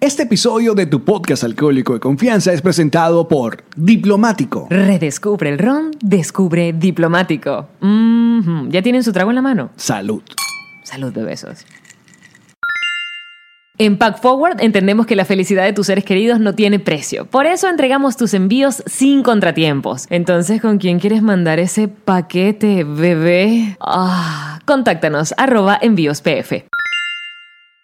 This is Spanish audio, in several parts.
Este episodio de tu podcast alcohólico de confianza es presentado por Diplomático. Redescubre el ron, descubre diplomático. Mhm. ¿Ya tienen su trago en la mano? Salud. Salud de besos. En Pack Forward entendemos que la felicidad de tus seres queridos no tiene precio. Por eso entregamos tus envíos sin contratiempos. Entonces, ¿con quién quieres mandar ese paquete, bebé? Ah, contáctanos arroba envíos pf.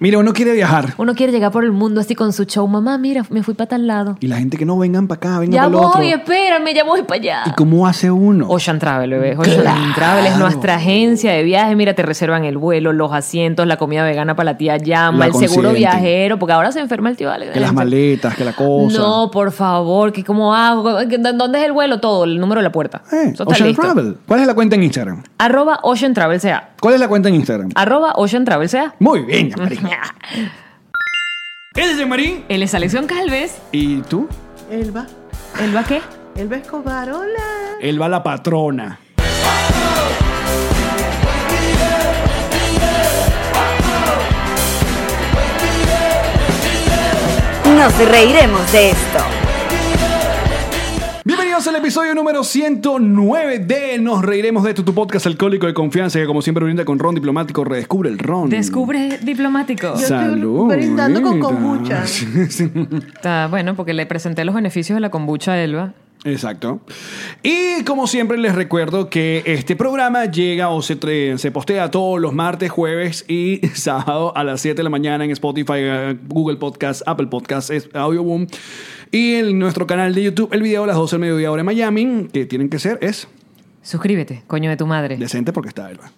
Mira, uno quiere viajar. Uno quiere llegar por el mundo así con su show. Mamá, mira, me fui para tal lado. Y la gente que no vengan para acá, vengan Ya para voy, eh, otro. espérame, ya voy para allá. ¿Y cómo hace uno? Ocean Travel, bebé. Ocean Claro. Travel es nuestra agencia de viajes. Mira, te reservan el vuelo, los asientos, la comida vegana para la tía La Llama, el seguro consienten. viajero, porque ahora se enferma el tío Ale. que las maletas, que la cosa. No, por favor, que cómo hago? ¿Qué- dó- ¿Dónde es el vuelo? Todo, el número de la puerta. Eh, Eso está Ocean listo. Travel. ¿Cuál es la cuenta en Instagram? Arroba Ocean Travel sea. ¿Cuál es la cuenta en Instagram? Arroba Ocean Travel sea. Muy bien, Yamarín. Ese es Yamarín. Él es Alexión Calves. ¿Y tú? Elba, ¿El va qué? Elba Escobar, hola. Él va la patrona. Nos reiremos de esto. Bienvenidos al episodio número 109 de Nos Reiremos de esto, tu podcast alcohólico de confianza que como siempre brinda con ron diplomático, redescubre el ron. Descubre diplomático. Yo estoy brindando con kombucha. Sí, sí. Está bueno, porque le presenté los beneficios de la kombucha a Elba. Exacto. Y como siempre les recuerdo que este programa llega o se, tre- se postea todos los martes, jueves y sábado a las 7 de la mañana en Spotify, eh, Google Podcast, Apple Podcast, es- Audio Boom. Y en nuestro canal de YouTube, el video a las 12 del mediodía hora en Miami, que tienen que ser, es Suscríbete, coño de tu madre. decente porque está Elba.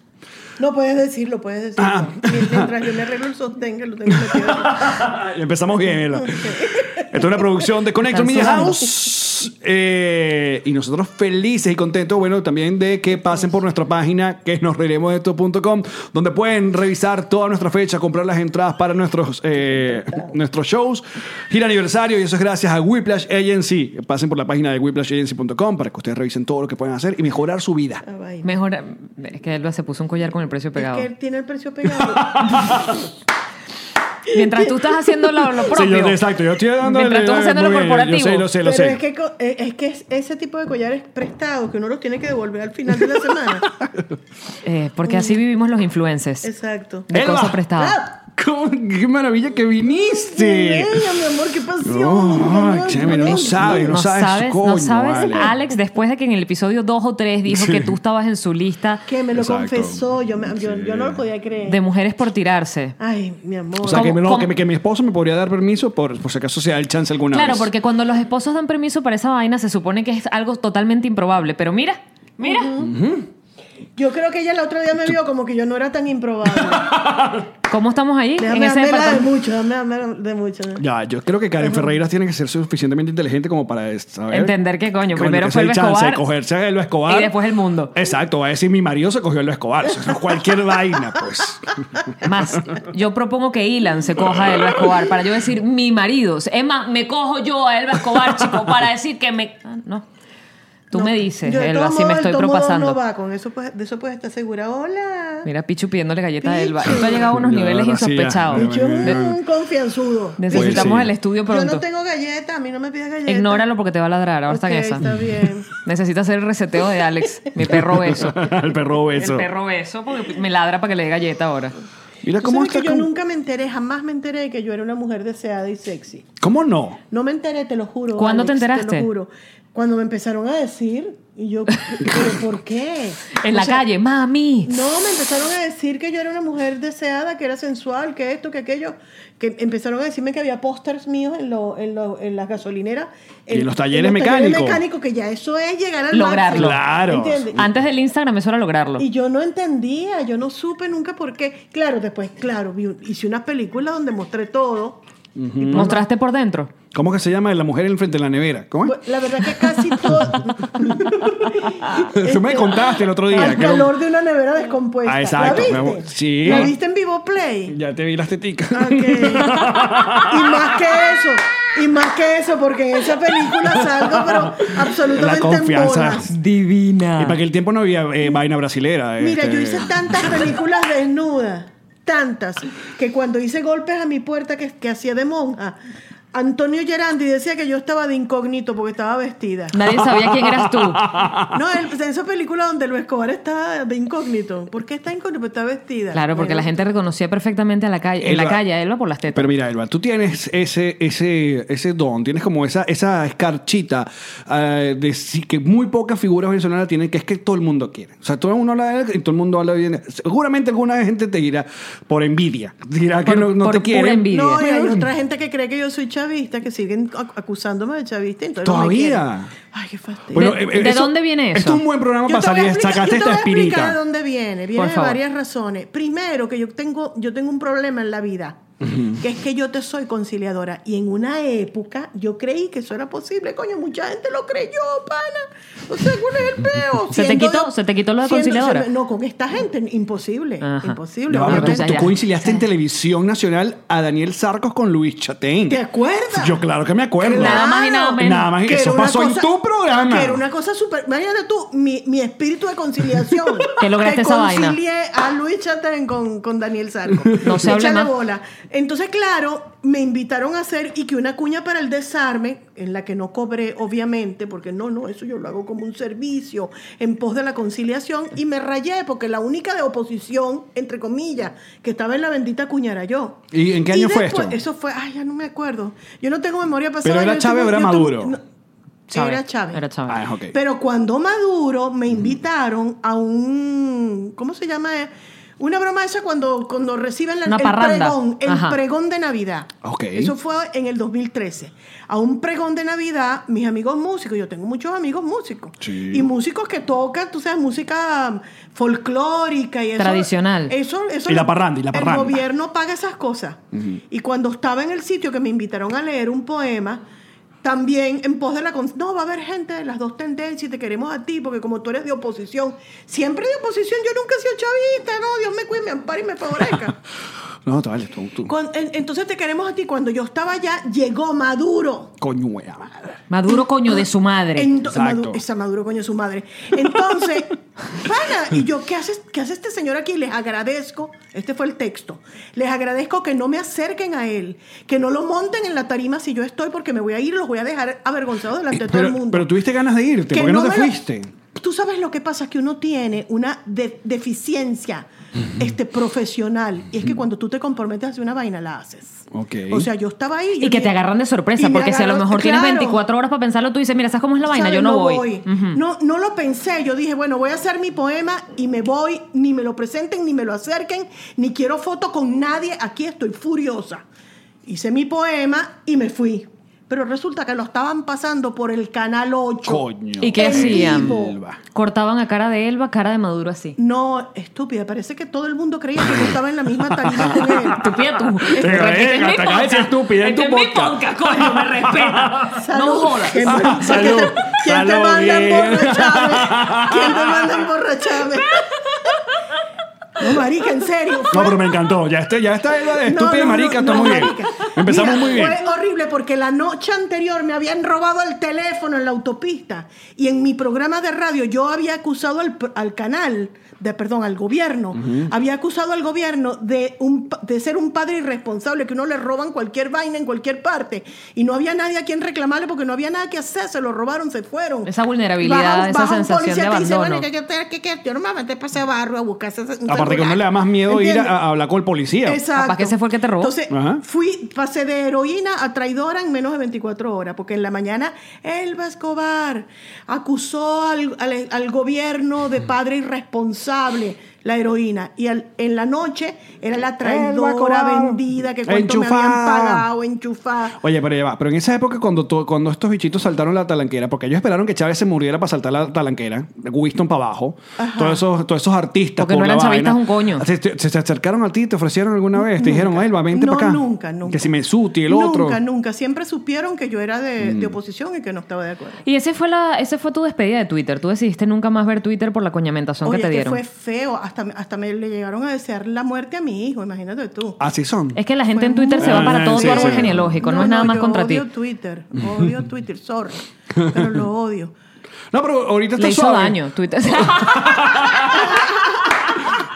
No puedes decirlo, puedes decirlo. Ah. Mientras yo me arreglo el sostén que lo tengo metido. Empezamos bien, Elba. Esto es una producción de Connector Están Media sudando. House. Eh, y nosotros felices y contentos, bueno, también de que pasen por nuestra página que nos reiremos de esto.com, donde pueden revisar toda nuestra fecha, comprar las entradas para nuestros, eh, nuestros shows, gira aniversario, y eso es gracias a Whiplash Agency. Pasen por la página de whiplashagency.com para que ustedes revisen todo lo que pueden hacer y mejorar su vida. Ah, vaina. Mejor. Es que Elba se puso un collar con el precio Es pegado. que él tiene el precio pegado. Mientras tú estás haciendo lo, lo propio. Sí, yo- exacto, yo estoy dando Mientras tú estás haciendo lo corporativo. Yo sé, lo sé, lo Pero sé. es que, co- eh, es que es- ese tipo de collares prestados que uno los tiene que devolver al final de la semana. Eh, porque así vivimos los influencers. Exacto. De Elba. cosas prestadas. Ah, ¿Cómo? ¡Qué maravilla que viniste! venga, mi amor, qué pasión. No, Ay, chévere, no venga. sabe. Ay, no sabes, coño, no sabes, vale. Alex, después de que en el episodio 2 o 3 dijo Sí. que tú estabas en su lista Que me lo Exacto. confesó. Yo, me- yo, yo no lo podía creer. de mujeres por tirarse. Ah, Ay, mi amor. O sea, que, ¿Cómo- no, cómo? que mi- que mi esposo me podría dar permiso por, por si acaso se da el chance alguna Claro, vez. porque cuando los esposos dan permiso para esa vaina se supone que es algo totalmente improbable. Pero mira, mira. Yo creo que ella el otro día me vio como que yo no era tan improbable. ¿Cómo estamos ahí? en Déjame ese dármela de departamento. mucho, déjame dármela de mucho. Ya, yo creo que Karen Ferreiras tiene que ser suficientemente inteligente como para saber... Entender que, coño, primero que se fue el dé chance Escobar de cogerse a Elba Escobar. y después el mundo. Exacto, va a decir mi marido se cogió el Escobar. Eso es cualquier vaina, pues. Más, yo propongo que Ilan se coja a Elba Escobar para yo decir mi marido. Es más, me cojo yo a Elba Escobar, chico, para decir que me. Ah, no. Tú me dices, Yo de Elba, todos si me modos, estoy de todos modos propasando. No va con eso, puede- de eso puedes estar segura. Hola. Mira, Pichu pidiéndole galleta a Elba. Pichu. Esto ha llegado a unos Ya, niveles ahora sí, ya. insospechados. Yo De- un confianzudo. Necesitamos Pues sí. el estudio Yo pronto. no tengo galleta, a mí no me pidas galleta. Ignóralo porque te va a ladrar. Ahora Ok, está en Está esa. bien. Necesita hacer el reseteo de Alex, mi perro beso. el perro beso. El perro beso porque me ladra para que le dé galleta ahora. Mira Tú cómo sabes está... que yo con- nunca me enteré, jamás me enteré de que yo era una mujer deseada y sexy. ¿Cómo no? No me enteré, te lo juro. ¿Cuándo te Alex, enteraste? Te lo juro. Cuando me empezaron a decir Y yo, ¿pero por qué? En O la sea, calle, mami. No, me empezaron a decir que yo era una mujer deseada, que era sensual, que esto, que aquello. Que empezaron a decirme que había pósters míos en, lo- en, lo- en las gasolineras. Y en los talleres mecánicos. mecánicos, que ya eso es llegar al Lograrlo. Ah, máximo, Claro. ¿entiendes? Antes del Instagram, eso era lograrlo. Y yo no entendía, yo no supe nunca por qué. Claro, después, claro, vi un- hice una película donde mostré todo. pues, Mostraste por dentro. ¿Cómo que se llama? La mujer enfrente de la nevera. ¿Cómo es? Bueno, pues, La verdad que casi todo. Este, Tú me contaste el otro día, Al que era un- calor de una nevera descompuesta. Ah, exacto, ¿La me- viste? sí. ¿La viste en vivo play? Ya te vi las teticas. Ok. y más que eso, y más que eso, porque en esa película salgo, pero La absolutamente en confianza. bolas. Y Divina. para aquel tiempo no había eh, vaina brasilera. Mira, este, yo hice tantas películas desnudas, tantas, que cuando hice golpes a mi puerta que, que hacía de monja, Antonio Gerandi decía que yo estaba de incógnito porque estaba vestida. Nadie sabía quién eras tú. No, el- en esa película donde Luis Escobar está de incógnito. ¿Por qué está incógnito? Porque Está vestida. Claro, porque la Bueno, gente reconocía perfectamente a la calle, en Elba. la calle a Elba por las tetas. Pero mira, Elba, tú tienes ese, ese, ese don, tienes como esa, esa escarchita eh, de sí que muy pocas figuras venezolanas tienen, que es que todo el mundo quiere. O sea, todo uno habla de él y todo el mundo habla bien. Seguramente alguna gente te dirá por envidia. Dirá Por- que no, no por te quiere. pura envidia. No, y hay otra gente que cree que yo soy chavista, que siguen ac- acusándome de chavista. Entonces no me Todavía. quieren. Ay, qué fastidio. Bueno, ¿De- eh, eh, de dónde viene eso? Esto es un buen programa Yo para te voy a salir. explicar- sacaste yo esta te voy a explicar de espirita. dónde viene. Viene de favor. varias razones. Primero, que yo tengo, yo tengo un problema en la vida, que es que yo te soy conciliadora. Y en una época yo creí que eso era posible. Coño, mucha gente lo creyó, pana. O sea, ¿cuál es el peo? ¿Se te quitó- se te quitó lo de conciliadora? No, con esta gente, imposible. Ajá. Imposible. No, pero Bueno, tú, ya, tú ya. coincidiaste en televisión nacional a Daniel Sarcos con Luis Chatein. ¿Te acuerdas? Yo claro que me acuerdo. Nada más y nada menos. Nada más y- Que era eso una pasó en cosa- tu programa. Que era una cosa súper. Imagínate tú, mi, mi espíritu de conciliación. Que lograste esa vaina. concilié a Luis Chatén con, con Daniel Sarco. No se hable Échale más. bola. Entonces, claro, me invitaron a hacer y que una cuña para el desarme, en la que no cobré, obviamente, porque no, no, eso yo lo hago como un servicio en pos de la conciliación. Y me rayé porque la única de oposición, entre comillas, que estaba en la bendita cuña era yo. ¿Y en qué año fue después- esto? Eso fue, ay, ya no me acuerdo. Yo no tengo memoria pasada. ¿Pero era yo Chávez tengo- o era yo tengo- Maduro? no, Era Chávez. Era Chávez. Ah, ok. Mm. Pero cuando Maduro me invitaron a un. ¿Cómo se llama? Una broma esa cuando, cuando reciben la, Una el parranda. pregón, el Ajá. pregón de Navidad. Ok. Eso fue en el 2013. A un pregón de Navidad, mis amigos músicos, yo tengo muchos amigos músicos. Sí. Y músicos que tocan, tú sabes, música folclórica y eso. Tradicional. Eso, eso Y la parranda, y la parranda. El gobierno paga esas cosas. Y cuando estaba en el sitio que me invitaron a leer un poema, también en pos de la... con- No, va a haber gente de las dos tendencias y te queremos a ti, porque como tú eres de oposición, siempre de oposición, yo nunca he sido chavista, no, Dios me cuide, me ampare y me favorezca. No, te vale, tú, tú. Cuan- en- entonces te queremos a ti. Cuando yo estaba allá, llegó Maduro. Coño, wea madre. Maduro coño de su madre. Ento- Exacto. Maduro- esa Maduro, coño, su madre. Entonces, pana, y yo, ¿qué hace, ¿qué hace este señor aquí? Les agradezco, este fue el texto, les agradezco que no me acerquen a él, que no lo monten en la tarima si yo estoy, porque me voy a ir, los voy a dejar avergonzados delante de todo el Eh, Pero, mundo. pero tuviste ganas de irte. ¿Por Que qué no, te me lo- fuiste? Tú sabes lo que pasa, es que uno tiene una de- deficiencia este, profesional, y es que cuando tú te comprometes a hacer una vaina, la haces. Ok. O sea, yo estaba ahí. Y que te agarran de sorpresa, porque si a lo mejor tienes 24 horas para pensarlo, tú dices, mira, ¿sabes cómo es la vaina? ¿sabes? Yo no, voy. Ujú. no, no lo pensé. Yo dije, bueno, voy a hacer mi poema y me voy. Ni me lo presenten, ni me lo acerquen, ni quiero foto con nadie. Aquí estoy furiosa. Hice mi poema y me fui. Pero resulta que lo estaban pasando por el canal 8. Coño. ¿Y qué En hacían? vivo. Cortaban a cara de Elba, cara de Maduro así. No, estúpida. Parece que todo el mundo creía que yo estaba en la misma tarima con él. Estúpida tú. Te agrega, te acabas eh, de decir estúpida en Este tu es mi podcast. podcast, coño, me respeta. no Salud. jodas. ¿Quién, quién Salud. te- ¿Quién Salud, te manda bien. emborracharme? ¿Quién te manda emborracharme? No, marica, en serio. No, fue- pero me encantó. Ya está, ya está Elba de No, estúpida no, no, marica. está no, muy bien. marica. Empezamos Mira, muy bien. Fue horrible porque la noche anterior me habían robado el teléfono en la autopista y en mi programa de radio yo había acusado al, al canal, de, perdón, al gobierno, había acusado al gobierno de, un, pa- de ser un padre irresponsable, que uno le roban cualquier vaina en cualquier parte y no había nadie a quien reclamarle porque no había nada que hacer, se lo robaron, se fueron. Esa vulnerabilidad, esa sensación de te dice, abandono. bueno, que, que- que- que- yo no me voy a meter para ese barrio a buscar ese- un Aparte que a uno celular". le da más miedo ir ¿Entiendes? a, a hablar con el policía. Exacto. Capaz que ese fue el que te robó. Entonces, Ajá. fui, pasé de heroína a, trai- y Dora en menos de 24 horas, porque en la mañana Elba Escobar acusó al, al- al gobierno de padre irresponsable, la heroína, y al- en la noche era la traidora Escobar. vendida que cuánto me Enchufada. habían pagado, enchufada. Oye, pero ya va. Pero en esa época, cuando, to- cuando estos bichitos saltaron la talanquera, porque ellos esperaron que Chávez se muriera para saltar la talanquera, Winston para abajo, todos esos, todos esos artistas. Porque por no la eran chavistas vaina, un coño. Se, se- se acercaron a ti, te ofrecieron alguna vez, te dijeron, Nunca. Elba, vente No, para acá. Nunca, nunca. Que si me suti, el nunca, otro. Mm. Nunca, nunca. Siempre supieron que yo era de, de oposición y que no estaba de acuerdo. Y ese fue la, ese fue tu despedida de Twitter. Tú decidiste nunca más ver Twitter por la coñamentación Oye, que te es que dieron. fue feo. Hasta, hasta me le llegaron a desear la muerte a mi hijo, imagínate tú. Así son. Es que la gente Fue en Twitter se va muy- para todo Ah, Sí, tu árbol sí. genealógico, no, es nada más yo contra ti. odio Twitter, odio Twitter, sorry, pero lo odio. No, pero ahorita está Le hizo suave. daño Twitter.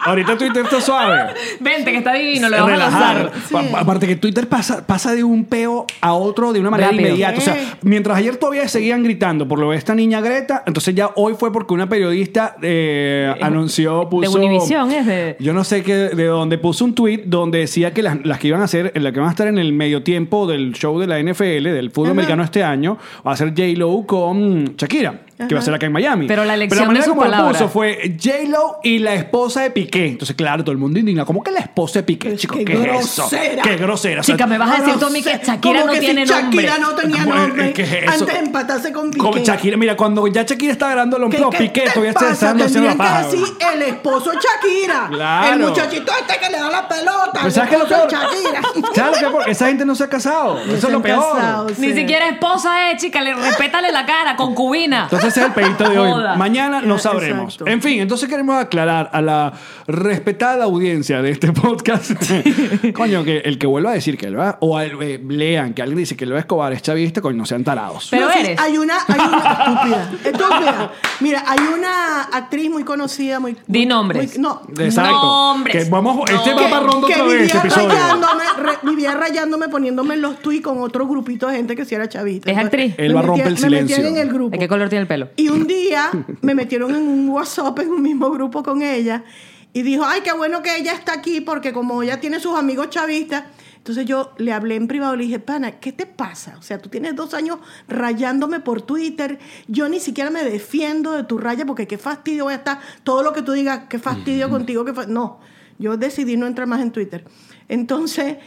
Ahorita Twitter está suave. Vente, que está divino, le vamos a relajar. lanzar. Sí. Pa- pa- Aparte que Twitter pasa, pasa de un peo a otro de una manera Rápido. inmediata. O sea, Eh. mientras ayer todavía seguían gritando por lo de esta niña Greta, entonces ya hoy fue porque una periodista eh, anunció, puso... Univisión, es de- Yo no sé qué, de dónde puso un tweet donde decía que las, las que iban a hacer, las que van a estar en el medio tiempo del show de la NFL, del fútbol americano este año, va a ser J-Lo con Shakira, que va a ser acá en Miami. Pero la elección Pero la de manera sus como lo palabras. puso fue Pues, J-Lo y la esposa de Piqué. Entonces, claro, todo el mundo indignado. ¿Cómo que la esposa de Piqué, Pues chico? qué ¿Qué es eso? grosera. ¡Qué grosera! O sea, Chica, me vas a decir, Tommy, que sé, Shakira como no que tiene si nombre. Shakira no tenía ¿Cómo es? nombre ¿Qué es eso? antes de empatarse con Piqué. Como Shakira, mira, cuando ya Shakira está ganando el ¿Qué, empleo, qué Piqué te todavía está pasa? estando haciendo la Tendrían paja. que decir el esposo de Shakira, Claro. el muchachito este que le da la pelota, Pero el ¿sabes qué es lo esposo peor? de Shakira. ¿Sabes lo peor? Esa gente no se ha casado. Eso es lo Están peor. casados, Ni sí. siquiera esposa es, chica, le respétale la cara, concubina. Entonces ese es el pedito de hoy. Joda. Mañana lo Eh, sabremos. exacto. En fin, entonces queremos aclarar a la respetada audiencia de este podcast. coño, que el que vuelva a decir que lo va, o al- eh, lean que alguien dice que lo va a Escobar es chavista, coño, no sean tarados. Pero No, sí, eres. hay una, hay una estúpida, estúpida. Mira, hay una actriz muy conocida, muy. Di muy- nombres. muy- no, Exacto. Nombres. Que vamos, este No. va para ronda otra vez este vivía episodio. rayándome, re- vivía rayándome, poniéndome en los tuits con otro grupito de gente que si era chavita. ¿Es Entonces, actriz? me Él va a metía- romper el Me metían en silencio. el grupo. ¿De qué color tiene el pelo? Y un día me metieron en un WhatsApp en un mismo grupo con ella y dijo, ay, qué bueno que ella está aquí porque como ella tiene sus amigos chavistas, entonces yo le hablé en privado, le dije, pana, ¿qué te pasa? O sea, tú tienes dos años rayándome por Twitter, yo ni siquiera me defiendo de tu raya porque qué fastidio voy a estar, todo lo que tú digas, qué fastidio contigo, que no, yo decidí no entrar más en Twitter. Entonces...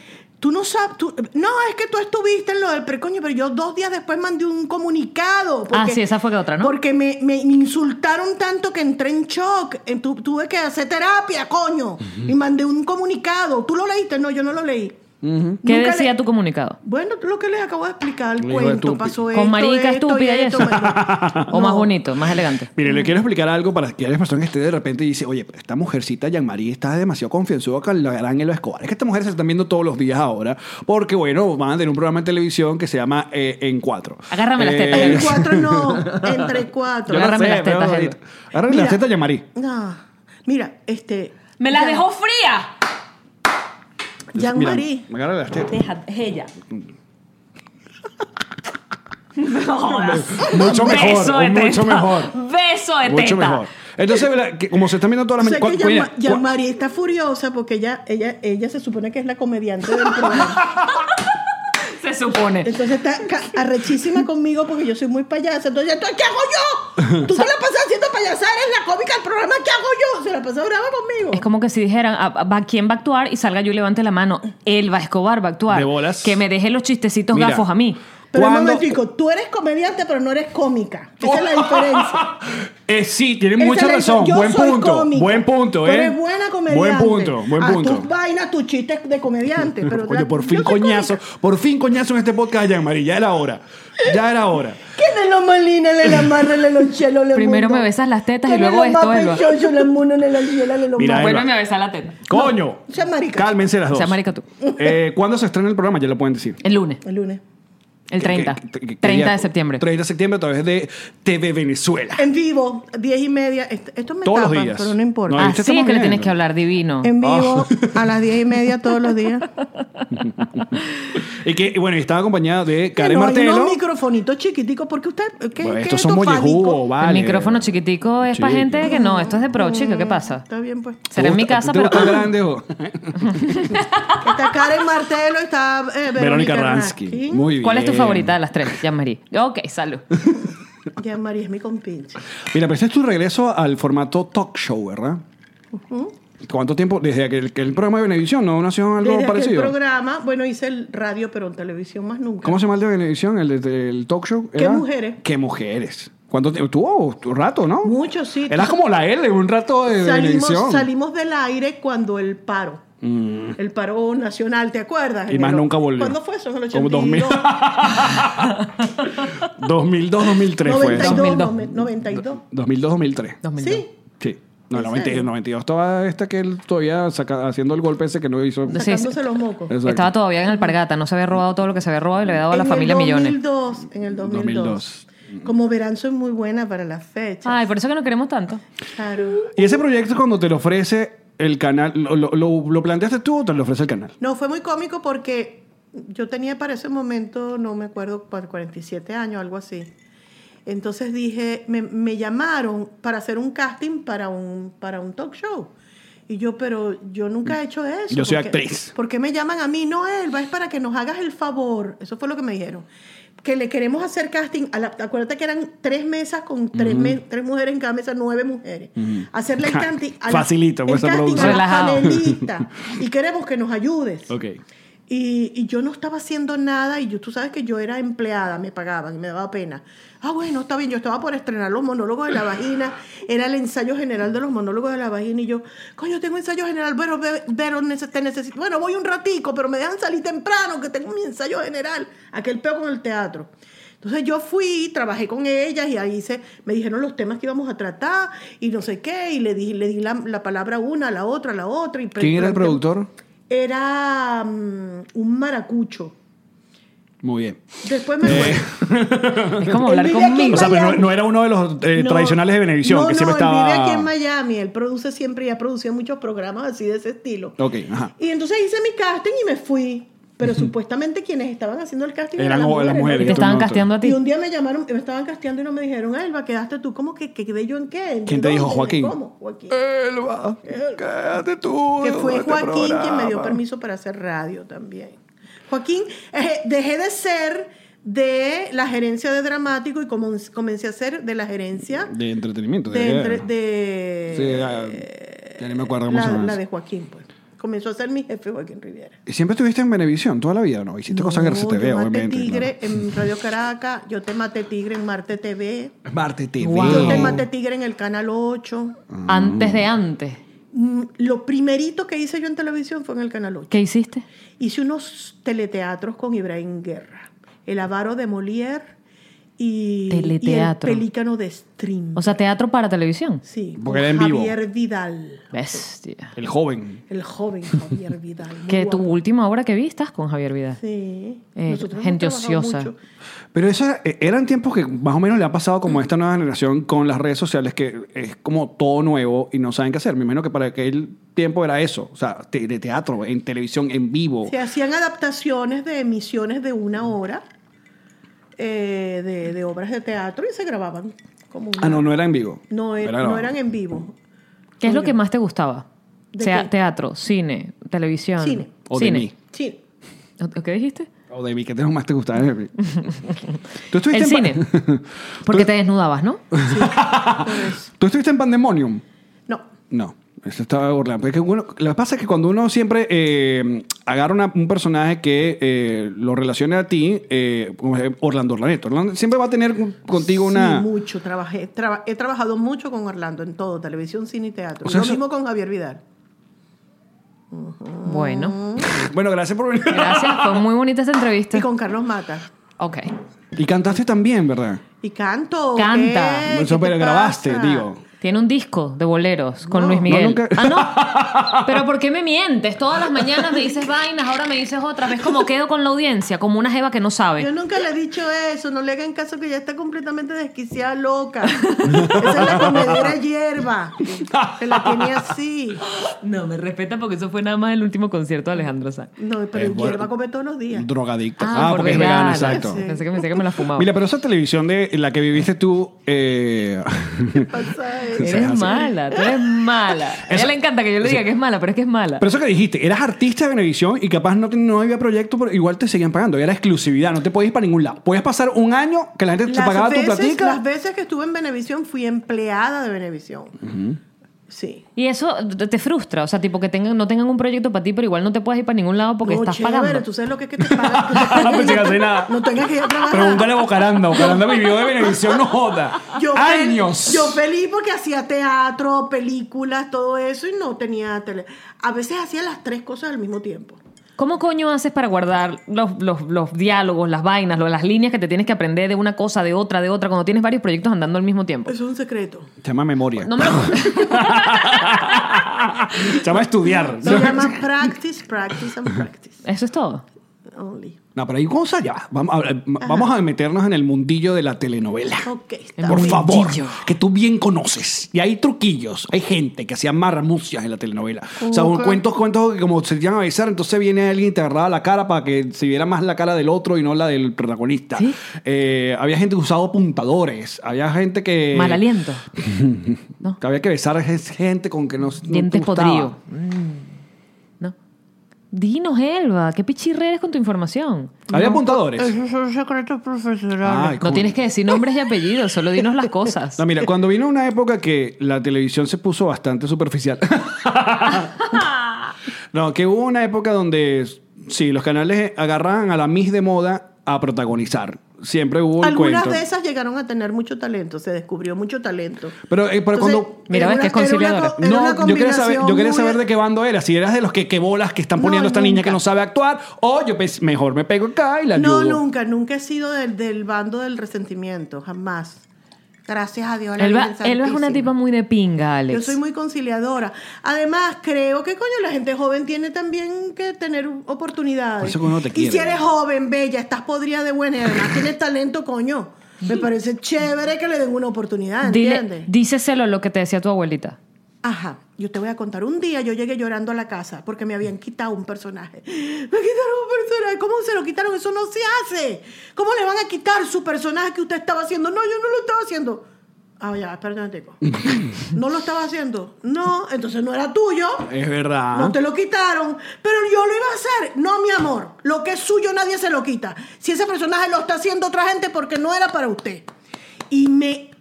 Tú no sabes, tú- no, es que tú estuviste en lo del precoño, pero yo dos días después mandé un comunicado. Ah, sí, esa fue otra, ¿no? porque porque me, me- me insultaron tanto que entré en shock. En tu- tuve que hacer terapia, coño. Y mandé un comunicado. ¿Tú lo leíste? No, yo no lo leí. ¿Qué Nunca decía le- tu comunicado? Bueno, lo que les acabo de explicar, el Hijo de cuento, tupi. pasó Con esto, marica esto estúpida y esto, eso. bueno. O más No. bonito, más elegante. Mire, le quiero explicar algo para que haya persona que esté de repente y dice, oye, pero esta mujercita Yanmarí está demasiado confianzuda con la gran Elo Escobar. Es que esta mujer se están viendo todos los días ahora, porque bueno, van a tener un programa de televisión que se llama eh, En Cuatro. Agárrame las tetas, En cuatro no, entre cuatro. Yo no Agárrame sé, las tetas, pero- Elba. Agárrame Mira. las tetas Yanmarí. No. Mira, este... ¡Me las dejó fría! Jean Mira, Marie. Agárrame las tetas. Deja, es ella. No jodas. Mucho mejor, Beso de mucho teta. mejor. Beso de Mucho teta. mejor. Entonces, ¿verdad? Que como se están viendo todas las... Sé que cu- Jean- cu- Jean Marie está furiosa porque ella, ella, ella se supone que es la comediante del programa. Se supone. Entonces está ca- arrechísima conmigo porque yo soy muy payasa. Entonces, ¿entonces ¿qué hago yo? Tú te la pasas haciendo payasar en la cómica del programa. ¿Qué hago yo? Se la pasa brava conmigo. Es como que si dijeran, ah, ah, va- ¿quién va a actuar? Y salga yo y levante la mano. Él va a Escobar, va a actuar. De bolas. Que me deje los chistecitos Mira. gafos a mí. Pero un ¿Cuándo- momentico, tú eres comediante, pero no eres cómica. Esa es la diferencia. Eh, sí, tiene Esa mucha es la razón. diferencia. Yo Buen soy punto. cómica. Buen punto, Tú ¿eh? eres buena comediante. Buen punto, buen Haz punto. tus vainas, tus chistes de comediante. Pero Oye, por yo fin soy coñazo, cómica. por fin coñazo en este podcast de Jean-Marie, ya era hora. Ya era hora. ¿Quién es lo malina, le la amarra, le lo chelo, le Primero me besas las tetas y luego esto, Elba? Yo le muno, le lo chelo, le lo Mira, amarra. Elba. Vuélveme a besar la teta. Coño. sea marica. Cálmense las dos. Sea marica tú. Eh, ¿Cuándo se estrena el programa? Ya lo pueden decir. El lunes. El lunes. El que- 30. que- que- 30 ya- de septiembre. 30 de septiembre a través de TV Venezuela. En vivo, 10 y media. Est- Esto me Todos los tapan, días. pero no importa. No, Ah, ahorita sí, es estamos que le tienes viendo. que hablar divino. En vivo Ah. a las 10 y media todos los días. Y que, y bueno, y estaba acompañada de Karen no, Martelo. unos microfonitos chiquiticos, porque usted. eh, ¿qué, Bueno, qué estos es son esto, fálico? mollejugos, vale. El micrófono chiquitico es para Chiqui. gente que no, esto es de pro, chica, ¿qué pasa? Está bien, pues. Será en mi casa, pero... ah, ¿Tú grande o? Está Karen Martelo, está eh, Verónica Verónica Ransky. Muy bien. ¿Cuál es tu favorita de las tres? Ya, María. Ok, salud. Ya María es mi compinche. Mira, pero este es tu regreso al formato talk show, ¿verdad? ¿Cuánto tiempo? Desde que el, que el programa de Benevisión, ¿no? ¿Nació algo Desde aquel parecido? programa, bueno, hice el radio, pero en televisión más nunca. ¿Cómo se llama el de Benevisión? El del talk show. ¿Qué mujeres? ¿Qué mujeres? ¿Cuánto tiempo? Tuvo un rato, ¿no? Mucho, sí. Eras como la L, un rato de salimos, Benevisión. salimos del aire cuando el paro. El paro nacional, ¿te acuerdas? Mm. Y En más el- nunca volvió. ¿Cuándo fue eso? En el Como 82. 2002, 2003 fue eso. 92, 2002. 92. 2002, 2003. Sí. Sí. No, ¿En 92, serio? 92 estaba esta que él todavía saca- haciendo el golpe ese que no hizo. Sí, Sacándose los mocos. Exacto. Estaba todavía en Alpargata, no se había robado todo lo que se había robado y le había dado a la En el familia millones. 2002, En el 2002. Como verán, soy muy buena para las fechas. Ay, por eso que no queremos tanto. Claro. Y ese proyecto cuando te lo ofrece el canal, ¿lo, lo, lo- lo planteaste tú o te lo ofrece el canal? No, fue muy cómico porque yo tenía para ese momento, no me acuerdo, para 47 años, algo así. Entonces dije, me, me llamaron para hacer un casting para un, para un talk show. Y yo, pero yo nunca he hecho eso. Yo soy ¿Por qué- actriz. ¿Por qué me llaman a mí? No, Elba, es para que nos hagas el favor. Eso fue lo que me dijeron. Que le queremos hacer casting. A la- acuérdate que eran tres mesas con tres, me- tres mujeres en cada mesa, nueve mujeres. Hacerle el Ja, casting. a la- facilito, el pues, esa casting a producción. las Relajado. panelistas. Y queremos que nos ayudes. Ok. Y, y yo no estaba haciendo nada y yo, tú sabes que yo era empleada, me pagaban y me daba pena. Ah, bueno, está bien, yo estaba por estrenar los monólogos de la vagina, era el ensayo general de los monólogos de la vagina y yo, coño, tengo ensayo general, pero, ve- pero nece- te necesito, bueno, voy un ratico, pero me dejan salir temprano, que tengo mi ensayo general, aquel peo con el teatro. Entonces yo fui, trabajé con ellas y ahí se, me dijeron los temas que íbamos a tratar y no sé qué, y le di, le di la, la palabra a una, a la otra, a la otra. Y ¿Quién era el productor? Era mm, un maracucho. Muy bien. Después Eh, me acuerdo. Es como Él hablar vive aquí en conmigo. O sea, pero no, Miami. no era uno de los eh, No, tradicionales de Benevisión, no, que siempre no, él estaba... vive aquí en Miami. Él produce siempre y ha producido muchos programas así de ese estilo. Ok, ajá. Y entonces hice mi casting y me fui. Pero supuestamente quienes estaban haciendo el casting Eran eran, o- las las mujeres. mujeres. Y te Tú estaban no, tú- casteando a Y ti. un día me llamaron, me estaban casteando y no me dijeron, Elba, quedaste tú, ¿cómo que, que quedé yo en qué? ¿En ¿Quién te dónde? dijo, Joaquín? ¿Cómo? Joaquín. Elba, quédate tú. Que de fue este Joaquín quien me dio programa. permiso para hacer radio también. Joaquín, eh, dejé de ser de la gerencia de dramático y comen- comencé a ser de la gerencia De entretenimiento. de, entre- de... de- eh, Sí, ah, ya ni me acuerdo cómo se la, llama la eso. de Joaquín, pues. Comenzó a ser mi jefe Joaquín Riviera. ¿Y siempre estuviste en Benevisión toda la vida? No, hiciste cosas en No, RCTV, yo maté obviamente. tigre en Radio Caracas, yo te maté tigre en Marte TV, claro. Marte TV. Wow. yo te maté tigre en el Canal 8. Antes de antes. Mm, Lo primerito que hice yo en televisión fue en el Canal 8. ¿Qué hiciste? Hice unos teleteatros con Ibrahim Guerra, El avaro de Molière y, y El Teleteatro. pelícano de Stream. O sea, teatro para televisión. sí, con Porque era en vivo. Javier Vidal, Bestia. El joven. el joven Javier Vidal. muy Que tu guapo. última obra que vi estás con Javier Vidal. Sí. Eh, Nosotros hemos gente trabajado ociosa. mucho. Pero eso eh, eran tiempos que más o menos le ha pasado como a esta nueva generación con las redes sociales, que es como todo nuevo y no saben qué hacer. Me imagino que para aquel tiempo era eso. O sea, te- de teatro, en televisión, en vivo. Se hacían adaptaciones de emisiones de una hora eh, de, de obras de teatro y se grababan. Como una- Ah, no, no era en vivo. No er- Era no grabado. eran en vivo. ¿Qué es lo Coño. que más te gustaba? ¿De Sea qué? teatro, cine, televisión. Cine. O de mí. Sí. ¿O- ¿Qué dijiste? O de mí, que te más te gustaba. ¿Tú estuviste El en cine. pa- Porque Tú- te desnudabas, ¿no? por eso. ¿Tú estuviste en Pandemonium? No. No, eso estaba burlando. Porque uno- lo que pasa es que cuando uno siempre eh, agarra una- un personaje que eh, lo relacione a ti, eh, como es Orlando Orlaneto, Orlando siempre va a tener un- contigo una... Sí, mucho. Trabajé, traba- he trabajado mucho con Orlando en todo, televisión, cine y teatro. O sea, lo eso- mismo con Javier Vidal. Bueno. Bueno, gracias por venir. Gracias. Fue muy bonita esta entrevista. Y con Carlos Mata. Ok. Y cantaste también, ¿verdad? Y canto. Canta. ¿qué? Eso, Eh, ¿Qué te pero grabaste, pasa? digo. Tiene un disco de boleros con No, Luis no, Miguel. nunca- Ah, no. Pero ¿por qué me mientes? Todas las mañanas me dices vainas, ahora me dices otras. ¿Ves cómo quedo con la audiencia? Como una jeva que no Yo sabe. nunca le he dicho eso, no le hagan caso que ya está completamente desquiciada, loca. Esa es la comedera hierba. Se la tenía así. No, me respeta porque eso fue nada más el último concierto de Alejandro Sanz. No, pero Es bueno. hierba come todos los días. Drogadicta. Ah, porque es vegana, vegana. exacto. Sí. Pensé que me decía que me la fumaba. Mira, pero esa televisión de la que viviste tú. eh, Pues Pasa eso. se hace. Eres mala, tú eres mala. A ella pues, Eso- le encanta que yo le diga que es mala, pero es que es mala. pero eso que dijiste, eras artista de Venevisión y capaz no, te- no había proyecto, pero igual te seguían pagando. Era exclusividad, no te podías ir para ningún lado. Podías pasar un año que la gente te Las pagaba tu veces- platica. Las veces que estuve en Benevisión fui empleada de Benevisión. Sí. Y eso te frustra, o sea, tipo que tengan, no tengan un proyecto para ti, pero igual no te puedes ir para ningún lado porque No, estás chévere, pagando. tú sabes lo que es que te pagan. Tú te pagan. Pensé que así nada. No tengas que ir a trabajar. Pregúntale a Bocaranda. Bocaranda vivió de Venevisión, no joda. Yo fel- Años. yo feliz porque hacía teatro, películas, todo eso y no tenía tele. A veces hacía las tres cosas al mismo tiempo. ¿Cómo coño haces para guardar los, los- los diálogos, las vainas, lo- las líneas que te tienes que aprender de una cosa, de otra, de otra, cuando tienes varios proyectos andando al mismo tiempo? Eso es un secreto. Se llama memoria. No me lo- Se llama estudiar. Se llama practice, practice and practice. Eso es todo. Only. No, pero hay cosas ya. Vamos a, vamos a meternos en el mundillo de la telenovela. Ok, está Por bien. favor, mundillo. que tú bien conoces. Y hay truquillos, hay gente que hacía marmucias en la telenovela. O Oh, sea, un cuentos, cuentos que como se iban a besar, entonces viene alguien y te agarraba la cara para que se viera más la cara del otro y no la del protagonista. Eh, había gente que usaba apuntadores, había gente que... Mal aliento. Que había que besar a gente con que no... no te Dientes gustaba. podridos. Mm. No. Dinos, Elba, qué pichirre eres con tu información. Había apuntadores. son secretos profesionales. Ay, No cómo- tienes que decir nombres y apellidos, solo dinos las cosas. No, mira, cuando vino una época que la televisión se puso bastante superficial. no, que hubo una época donde sí, los canales agarraban a la Miss de moda a protagonizar. Siempre hubo el Algunas cuento. de esas llegaron a tener mucho talento, se descubrió mucho talento. Pero, eh, pero cuando Mira, ves que es conciliadora. no, yo quería saber, yo quería saber de qué bando era. Si eras de los que qué bolas que están No, poniendo esta niña que nunca. no sabe actuar, o yo pues, mejor me pego acá y la No, ayudo. nunca, nunca he sido del, del bando del resentimiento, jamás. Gracias a Dios. la Elba, Virgen Elba es una tipa Santísima. muy de pinga, Alex. Yo soy muy conciliadora. Además, creo que coño, la gente joven tiene también que tener oportunidades. Por eso que uno te y quiere. si eres joven, bella, estás podrida de buena y además tienes talento, coño. Me parece chévere que le den una oportunidad, Dile, ¿entiendes? díceselo lo que te decía tu abuelita. Ajá, yo te voy a contar. Un día yo llegué llorando a la casa porque me habían quitado un personaje. Me quitaron un personaje. ¿Cómo se lo quitaron? Eso no se hace. ¿Cómo le van a quitar su personaje que usted estaba haciendo? No, yo no lo estaba haciendo. Ah, ya, espérate un tico. No lo estaba haciendo. No, entonces no era tuyo. Es verdad. No te lo quitaron, pero yo lo iba a hacer. No, mi amor, lo que es suyo nadie se lo quita. Si ese personaje lo está haciendo otra gente porque no era para usted. Y me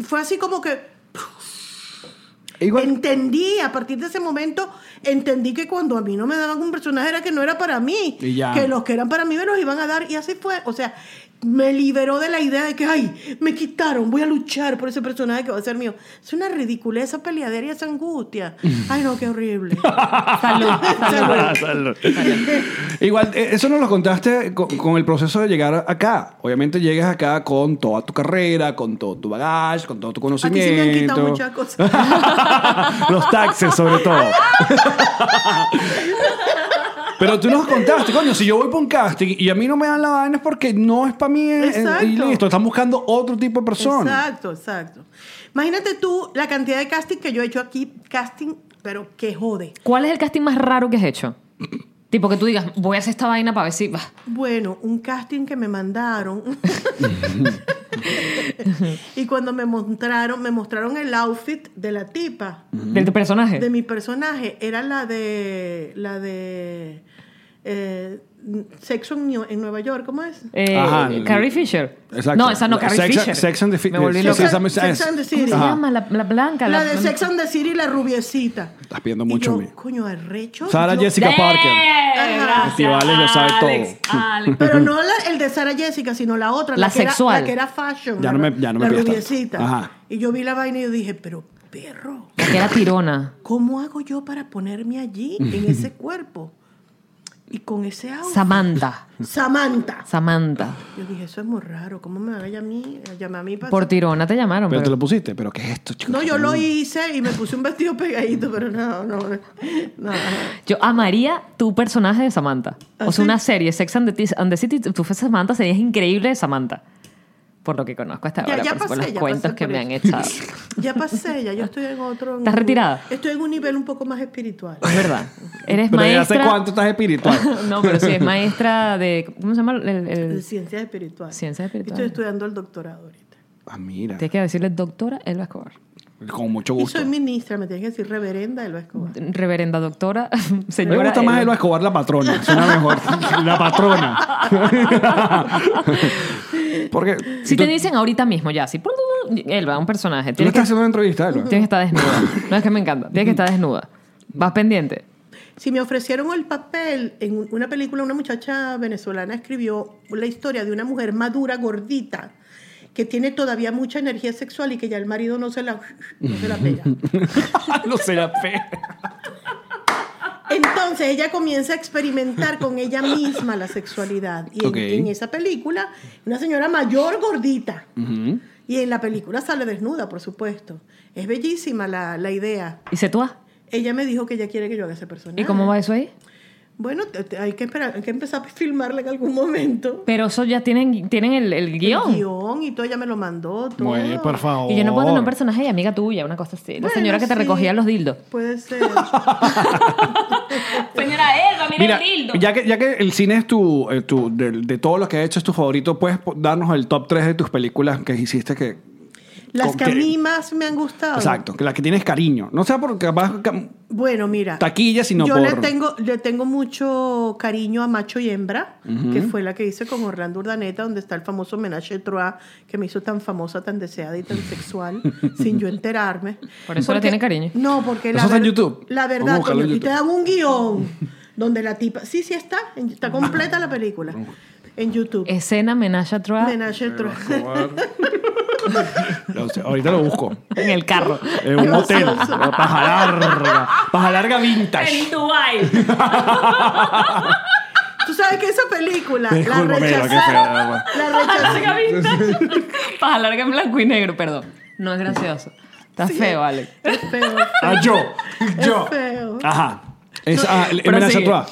fue así como que Igual- entendí, a partir de ese momento, entendí que cuando a mí no me daban un personaje era que no era para mí. Y ya. Que los que eran para mí me los iban a dar y así fue. O sea, me liberó de la idea de que, ay, me quitaron, voy a luchar por ese personaje que va a ser mío. Es una ridiculez esa peleadera y esa angustia. Ay, no, qué horrible. Salud. Salud. Salud. Igual, eh, eso nos lo contaste co- con, el proceso de llegar acá. Obviamente llegas acá con toda tu carrera, con todo tu bagaje, con todo tu A ti sí me conocimiento. Ah, han quitado muchas cosas. Los taxes, sobre todo. Pero tú nos contaste, coño, si yo voy para un casting y a mí no me dan la vaina es porque no es para mí eh, Exacto. y listo, están buscando otro tipo de persona. Exacto, exacto. Imagínate tú la cantidad de casting que yo he hecho aquí, casting, pero que jode. ¿Cuál es el casting más raro que has hecho? Tipo que tú digas, voy a hacer esta vaina para ver si. bah, Bueno, un casting que me mandaron. y cuando me mostraron, me mostraron el outfit de la tipa, Del tu personaje. de mi personaje, era la de la de eh, Sexo en, New- en Nueva York, ¿cómo es? Eh, Ajá, eh, el- Carrie Fisher. Exacto. No, esa no, Carrie Sex- Fisher. Sex and the Fi- Me volví Sí, Sex, loca. sí, esa- Sex and the ¿Cómo City. se Ajá. llama? La, la blanca. La de Sex and the City, la rubiecita. Estás pidiendo Y mucho yo, a mí. Coño, arrecho. Sara yo- Jessica ¡Eh! Parker. Gracias, Festivales lo sabe Alex, todo. Alex. Pero no la- el de Sara Jessica, sino la otra. La que era- sexual. la que era fashion. Ya la- no me- ya no me La pidas tanto. rubiecita. Ajá. Y yo vi la vaina y yo dije, pero perro, La que era tirona. ¿cómo hago yo para ponerme allí, en ese cuerpo? Y con ese audio. Samantha. Samantha. Samantha. Yo dije, eso es muy raro. ¿Cómo me van a mí? llamar a mí para.? Por tirona te llamaron. Pero te pero- lo pusiste, pero ¿qué es esto, chicos? No, yo lo hice y me puse un vestido pegadito, pero no, no. no, Yo amaría tu personaje de Samantha. ¿Ah, o sea, sí? una serie, Sex and the, Ti- and the City, tú fuese Samantha, serías increíble de Samantha. Por lo que conozco hasta Ya- ahora, ya por, por pasé, los ya cuentos pasé que por me han eso. echado. Ya pasé, ya yo estoy en otro. ¿Estás retirada? Estoy en un nivel un poco más espiritual. Es verdad. Eres Pero ¿desde maestra. hace cuánto estás espiritual? no, pero sí, es maestra de. ¿Cómo se llama? El, el- De ciencias espirituales. Ciencias espirituales. Estoy estudiando el doctorado ahorita. Ah, mira. tienes que decirle doctora Elba Escobar. Con mucho Y gusto. soy ministra, me tienes que decir reverenda Elba Escobar. Reverenda doctora, Me señora. gusta más el Elba- Escobar la patrona. Suena mejor. la patrona. Porque. Si tú, te dicen ahorita mismo ya, así. Elba, un personaje. tú le Tienes que, estás haciendo una entrevista, Elba. tienes que estar desnuda. No es que me encanta. Tienes que estar desnuda. Vas pendiente. Si me ofrecieron el papel en un- una película, una muchacha venezolana escribió la historia de una mujer madura, gordita, que tiene todavía mucha energía sexual y que ya el marido no se la, no se la pega. Ah, no será fe. Entonces ella comienza a experimentar con ella misma la sexualidad. Y en, Ok. en esa película, una señora mayor, gordita. Y en la película sale desnuda, por supuesto. Es bellísima la, la idea. ¿Y se tú? Ella me dijo que ella quiere que yo haga ese personaje. ¿Y cómo va eso ahí? Bueno, te- te- hay que esperar, hay que empezar a filmarla en algún momento. Pero eso ya tienen, tienen el, el guión. El guión y todo, ella me lo mandó. Todo. Bueno, por favor. Ah. Y yo no puedo tener un personaje de amiga tuya, una cosa así. La Bueno, señora que te sí. recogía los dildos. Puede ser. Señora Elba, Mira, ya que, ya que el cine es tu, eh, tu- de, de todos los que has hecho es tu favorito, ¿puedes po- darnos el top 3 de tus películas que hiciste que... Las con que a que- mí más me han gustado. Exacto, que las que tienes cariño. No sea por capaz... ca- Bueno, mira. Taquilla, sino yo por- le tengo, le tengo mucho cariño a Macho y Hembra, que fue la que hice con Orlando Urdaneta, donde está el famoso homenaje Trois, que me hizo tan famosa, tan deseada y tan sexual, sin yo enterarme. Por eso le tiene cariño. No, porque la, Eso está en ver- YouTube. la Vamos a verdad, buscarlo en coño, y YouTube. te dan un guión donde la tipa. Sí, sí está, en- está completa la película en YouTube. Escena Menage a Trois Menage à Trois. O sea, ahorita lo busco. en el carro. En un hotel. Gracioso. Paja larga. Paja larga vintage. Ah, Dubai. Tú sabes que esa película la Discúlpame, rechazó. qué fea, La rechazó. Paja larga en blanco y negro, perdón. No es gracioso. Está feo, Ale. Es feo. Ah, yo. Yo. feo. Ajá. Es, ah, el- Prosigue. Amenaza Tua.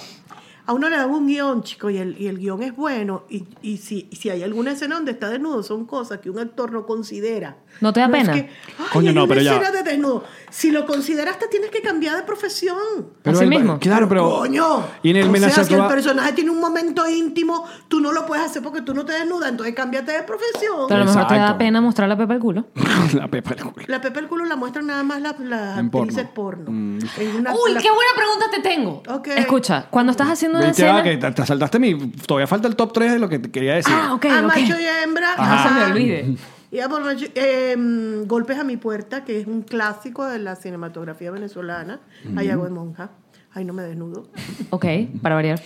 A uno le dan un guión, chico, y el, y el guión es bueno. Y, y si, y si hay alguna escena donde está desnudo, son cosas que un actor no considera. ¿No te da pena? es que, "Ay, Coño, hay no, una pero ya. escena de desnudo. Si lo consideraste, tienes que cambiar de profesión. Así el- mismo. Claro, pero. Coño. Y en el o Amenaza sea, si el Tua- personaje tiene un momento íntimo, tú no lo puedes hacer porque tú no te desnudas, entonces cámbiate de profesión. Pero a lo mejor te da Exacto. pena mostrar la pepa al culo. La pepa del culo. La Pepe el culo la muestran nada más las la En porno. Mm. actrices porno. En una- Uy, la- qué buena pregunta te tengo. Ok. Escucha, cuando estás haciendo una Viste, escena. ah, que te, te saltaste mi. Todavía falta el top 3 de lo que te quería decir. Ah, ok, a ok. macho y a hembra. No se me a- olvide. y a por macho- eh, mm, Golpes a mi puerta, que es un clásico de la cinematografía venezolana. Ahí hago de monja. Ahí no me desnudo. Ok, para variar.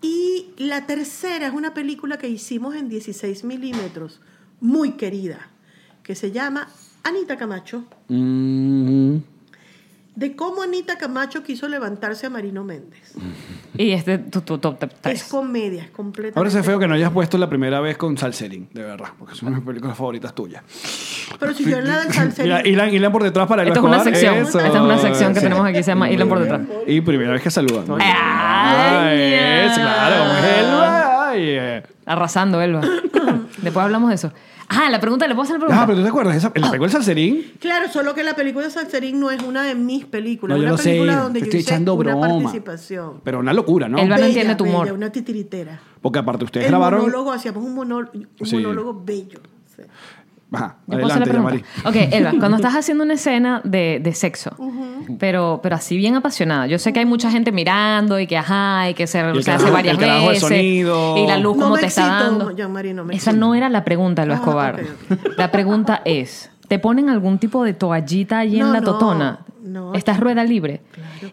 Y la tercera es una película que hicimos en 16 milímetros, muy querida, que se llama Anita Camacho, Mm. de cómo Anita Camacho quiso levantarse a Marino Méndez. Y este tu, tu top Es 3. comedia, es completamente. Ahora se feo que no hayas puesto la primera vez con Salserín, de verdad, porque son mis películas favoritas tuyas. Pero si yo en la del salserín- Mira, Ilan, Ilan por detrás para el Esto es una Escobar. sección. Eso. Esta es una sección que Sí. tenemos aquí, se llama Hilo por detrás. Y primera vez que saludan. ¿no? Ay, Ay, es, claro, como es él. Ay, eh. Arrasando, Elba. Después hablamos de eso. Ah, la pregunta, ¿le puedo hacer la pregunta? Ah, pero ¿tú te acuerdas? Esa, ¿La pegó el Salserín? Claro, solo que la película de Salserín no es una de mis películas. No, yo es lo una sé. película Te donde yo estoy hice echando una broma. participación. Pero una locura, ¿no? El ba- no Bella, entiende tu bella, humor. una titiritera. Porque aparte ustedes El grabaron. monólogo, hacíamos un, monó- un Sí. monólogo bello. Sí. Ajá, ¿Yo puedo hacer adelante, la Yamari. pregunta? Ok, Elba, cuando estás haciendo una escena de, de sexo, pero, pero así bien apasionada, yo sé que hay mucha gente mirando y que ajá, y que se, el se carajo- hace varias el carajo de veces. sonido. Y la luz No como me te está excito, dando. Jean-Marie, no me Esa excito. no era la pregunta, Elba Ah, Escobar. ok, La pregunta es: ¿te ponen algún tipo de toallita ahí en No, la no, totona? no. ¿Estás rueda libre?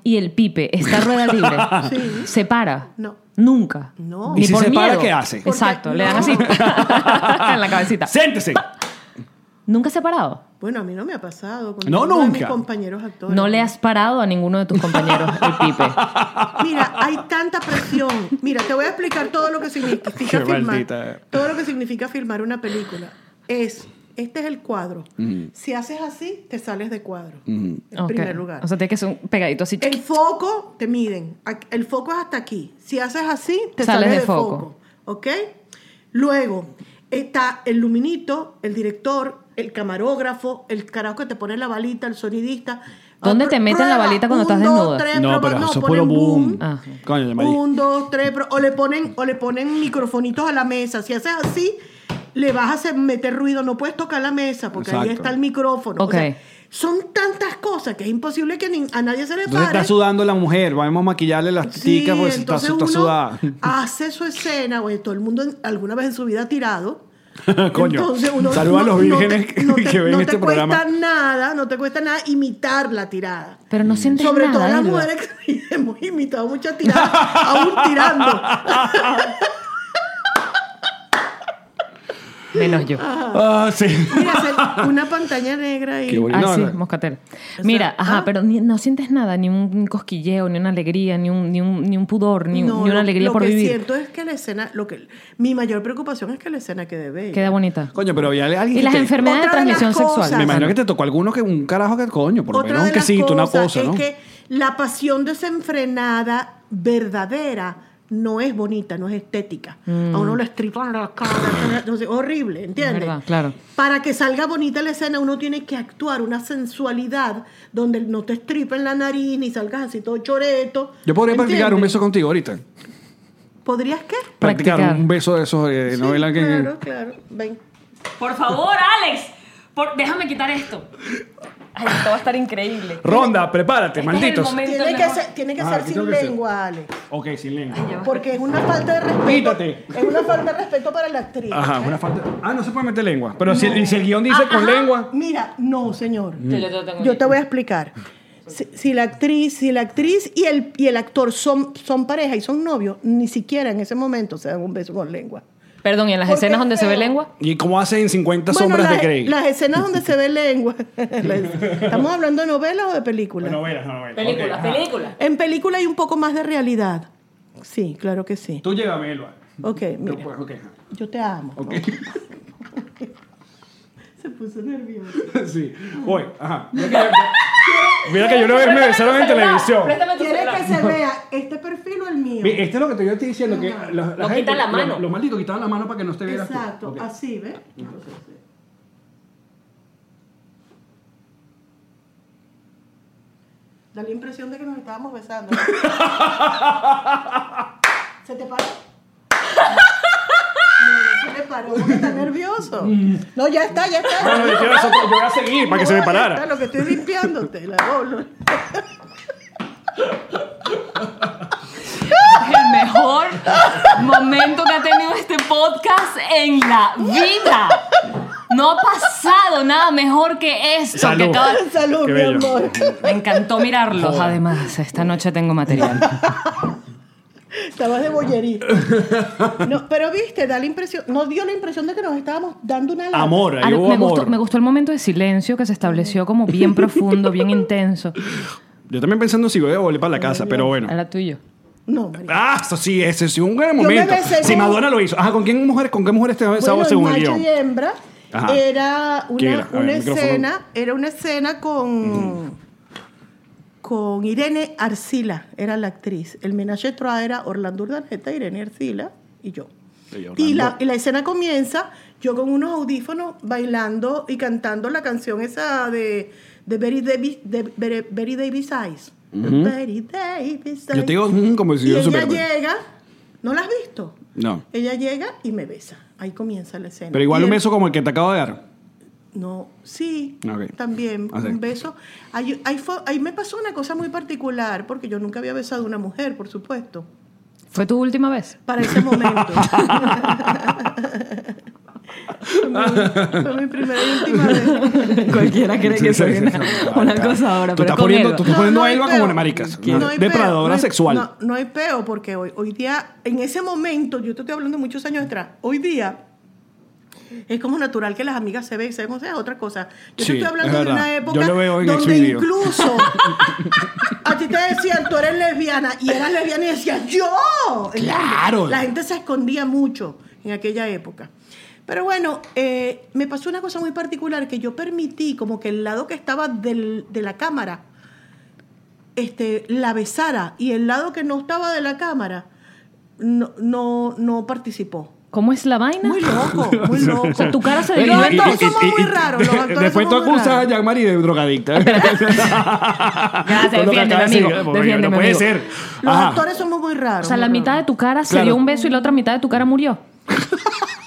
Y el pipe está rueda libre. Sí. ¿Se para? No. Nunca. No. ¿Y si se para, miedo. qué hace? Porque- Exacto, le dan no. así en la cabecita. ¡Séntese! ¿Nunca se ha parado? Bueno, a mí no me ha pasado. Con No, ninguno de nunca. mis compañeros actores. No le has parado a ninguno de tus compañeros el pipe. Mira, hay tanta presión. Mira, te voy a explicar todo lo que significa Qué filmar. maldita. Todo lo que significa filmar una película. Es, este es el cuadro. Si haces así, te sales de cuadro. En Ok. primer lugar. O sea, tiene que ser un pegadito así. el foco, te miden. Ac- El foco es hasta aquí. Si haces así, te Sales sales, de de, foco. foco. ¿Ok? Luego, está el luminito, el director, el camarógrafo, el carajo que te pone la balita, el sonidista. ¿Dónde Ah, te pr- meten la balita cuando un, estás dos, desnuda? tres, No, prueba, pero eso es ponen puro boom. Ah. Ajá. Coño, ya me di. un, dos, tres, pro- o le ponen, o le ponen microfonitos a la mesa. Si haces así, le vas a hacer- meter ruido, no puedes tocar la mesa porque ahí Exacto. está el micrófono. O Ok. sea, son tantas cosas que es imposible que ni- a nadie se le Entonces pare. está sudando la mujer, vamos a maquillarle las Sí, ticas porque está, entonces está uno sudada. hace su escena, güey, todo el mundo en- alguna vez en su vida ha tirado. Coño, Entonces uno saluda a los vírgenes te- no te- que ven no este te programa. cuesta nada, no te cuesta nada imitar la tirada. Pero no sientes Sobre nada. todo las Elba. mujeres que hemos imitado muchas tiradas, aún tirando. Menos yo. Ah, sí. Mira, hacer una pantalla negra Qué y bonito. Ah, No, sí, no. moscatel. Mira, ajá, ah. pero ni- no sientes nada, ni un cosquilleo, ni una alegría, ni un, ni un, ni un pudor, ni, un- No, ni una lo- alegría lo por que vivir. siento es que la escena, lo que mi mayor preocupación es que la escena quede bella. Queda bonita. Coño, pero había alguien Y que las te- enfermedades de Otra de las transmisión sexual. cosas. Me imagino que te tocó alguno que un carajo que coño, por lo menos un de las quesito, una cosas cosa, ¿no? es que la pasión desenfrenada verdadera no es bonita, no es estética. A Mm. uno le estripan la cara, entonces, horrible, ¿entiendes? Verdad, claro. Para que salga bonita la escena, uno tiene que actuar una sensualidad donde no te estripen la nariz ni salgas así todo choreto. Yo podría practicar un ¿entiendes? beso contigo ahorita. ¿Podrías qué? Practicar, Practicar. un beso de esos eh, de Sí, novela que. Claro, claro. Ven. Por favor, Alex, por- déjame quitar esto. Ay, esto va a estar increíble. Ronda, prepárate, Este es el malditos. momento Tiene que mejor. ser, tiene que Ah, ser aquí tengo sin que ser. lengua, Alex. Ok, sin lengua. Porque es una falta de respeto. Quítate. Es una falta de respeto para la actriz. ¿eh? Ajá, una falta. Ah, no se puede meter lengua. Pero si, y si el guión Ah, dice con lengua. Mira, no, señor. Yo lo tengo Yo listo. te voy a explicar. Si, si la actriz, si la actriz y el, y el actor son, son pareja y son novios, ni siquiera en ese momento se dan un beso con lengua. Perdón, ¿y en las Porque escenas donde se ve feo. lengua? ¿Y cómo hacen en 50 Bueno, sombras las, de e- Grey? las escenas donde se ve lengua. las- ¿Estamos hablando de novelas o de películas? Novelas, novelas. Película, Ok, ajá. película. En película hay un poco más de realidad. Sí, claro que sí. Tú llévame, Elba. Ok, Tú mira. puedes, ok, ajá. Yo te amo. Ok. Se puso nervioso. sí. Voy, ajá. Mira que, yo- mira que yo una vez me besaron en televisión. Préstame tu ¿Quieres celular. que se vea este perfil o el mío? Mira, Este es lo que te yo estoy diciendo. Que los, No quita la mano. Los, malditos quitaban la mano para que no te vieras. tú. Exacto, Ok. Ah, así, ¿ves? Da la impresión de que nos estábamos besando. ¿Se te paró? No, no se le paró porque está nervioso. No, ya está, ya está. Mm. Bueno, yo, quiero- yo voy a seguir para que se me No, ya está, parara. lo que estoy limpiándote, la bola. el mejor momento que ha tenido este podcast en la vida. No ha pasado nada mejor que esto. Salud. Que acaba- Salud, Qué mi bello. amor. Me encantó mirarlos, además. Esta noche tengo material. Estabas de bollerito. No, pero viste, da la impresión, nos dio la impresión de que nos estábamos dando una lata. Amor, Ah, ahí hubo me, gustó, amor. me gustó el momento de silencio que se estableció como bien profundo, bien intenso. Yo también pensando si voy a volver para la casa, pero bueno. Ahora tú y yo. No, María. Ah, eso sí, ese sí, un gran me momento. besé Si con- Madonna lo hizo. Ajá, ¿con quién mujeres, con qué este mujeres te besado Bueno, Ah, según el macho guión? y hembra Ajá. era ¿Qué una, era? A ver, una el micrófono. escena, era una escena con con Irene Arcila, era la actriz. El menaje a trois era Orlando Urdaneta, Irene Arcila y yo. Sí, Y la, Orlando. y la escena comienza yo con unos audífonos bailando y cantando la canción esa de, de Berry Davis, de Berry- Berry Davis Eyes. Berry Davis Yo te digo mm, como si y yo ella supiera. llega, ¿no la has visto? No. Ella llega y me besa. Ahí comienza la escena. Pero igual Y un el- beso como el que te acabo de dar. No, sí, Ok. también Así. un beso. Ahí, ahí fue- ahí me pasó una cosa muy particular, porque yo nunca había besado a una mujer, por supuesto, ¿Fue tu última vez? para ese momento. Fue mi- fue mi primera y última vez. Cualquiera cree que soy una, una cosa ahora, Tú pero estás con poniendo, Elba. tú estás No, poniendo no a hay Elba peo. como una maricas. Que no hay peo, depredadora no hay- sexual. No, no hay peo, porque hoy, hoy día, en ese momento, yo te estoy hablando de muchos años atrás, hoy día Es como natural que las amigas se ven, se ven, o sea, es otra cosa. Yo Sí, te estoy hablando es de una verdad. época Yo lo veo en donde Xvideo. incluso a ti te decían, tú eres lesbiana, y eras lesbiana y decías, ¡yo! ¿Entiendes? Claro. La gente se escondía mucho en aquella época. Pero bueno, eh, me pasó una cosa muy particular que yo permití como que el lado que estaba del- de la cámara este, la besara y el lado que no estaba de la cámara no, no, no participó. ¿Cómo es la vaina? Muy loco, muy loco. O sea, tu cara se Los desvió. actores Y- y- somos y- muy y- raros. Los actores Después tú somos muy acusas a raros. Jean-Marie de drogadicta. Gracias, Con lo que defiéndeme, acabas de amigo, decir, porque defiéndeme, No puede amigo. ser. Los Ajá. actores somos muy raros. O sea, la muy mitad de raros. tu cara se Claro. dio un beso y la otra mitad de tu cara murió.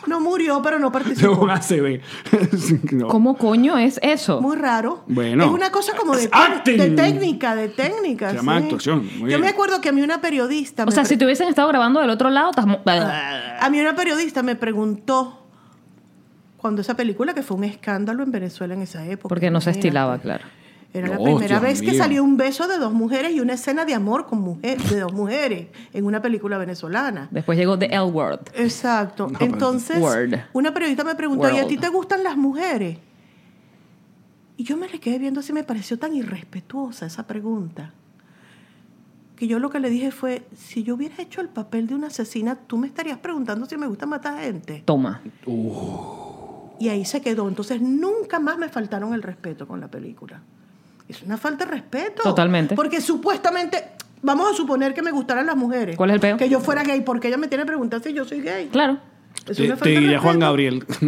No murió, pero no Se participó. un ACB. No. ¿Cómo coño es eso? Muy raro. Bueno. Es una cosa como de, Es acting. de técnica, de técnica. Se llama sí. actuación, muy Yo bien. me acuerdo que a mí una periodista. o me sea, pre- si te hubiesen estado grabando del otro lado, estás... mu- Ah, A mí una periodista me preguntó cuando esa película, que fue un escándalo en Venezuela en esa época. Porque no se imagínate. estilaba, claro. Era la No, primera Dios vez que mío. salió un beso de dos mujeres y una escena de amor con mujer, de dos mujeres en una película venezolana. Después llegó The L Word. Exacto. No, pero- Entonces, Word. una periodista me preguntó, ¿y a ti World. te gustan las mujeres? Y yo me le quedé viendo así, me pareció tan irrespetuosa esa pregunta. Que yo lo que le dije fue, si yo hubiera hecho el papel de una asesina, tú me estarías preguntando si me gusta matar gente. Toma. Y ahí se quedó. Entonces nunca más me faltaron el respeto con la película. Es una falta de respeto. Totalmente. Porque supuestamente, vamos a suponer que me gustaran las mujeres. ¿Cuál es el peo? Que yo fuera gay, porque ella me tiene que preguntar si yo soy gay. Claro. Es Te, te una Este, falta de diría Juan respeto.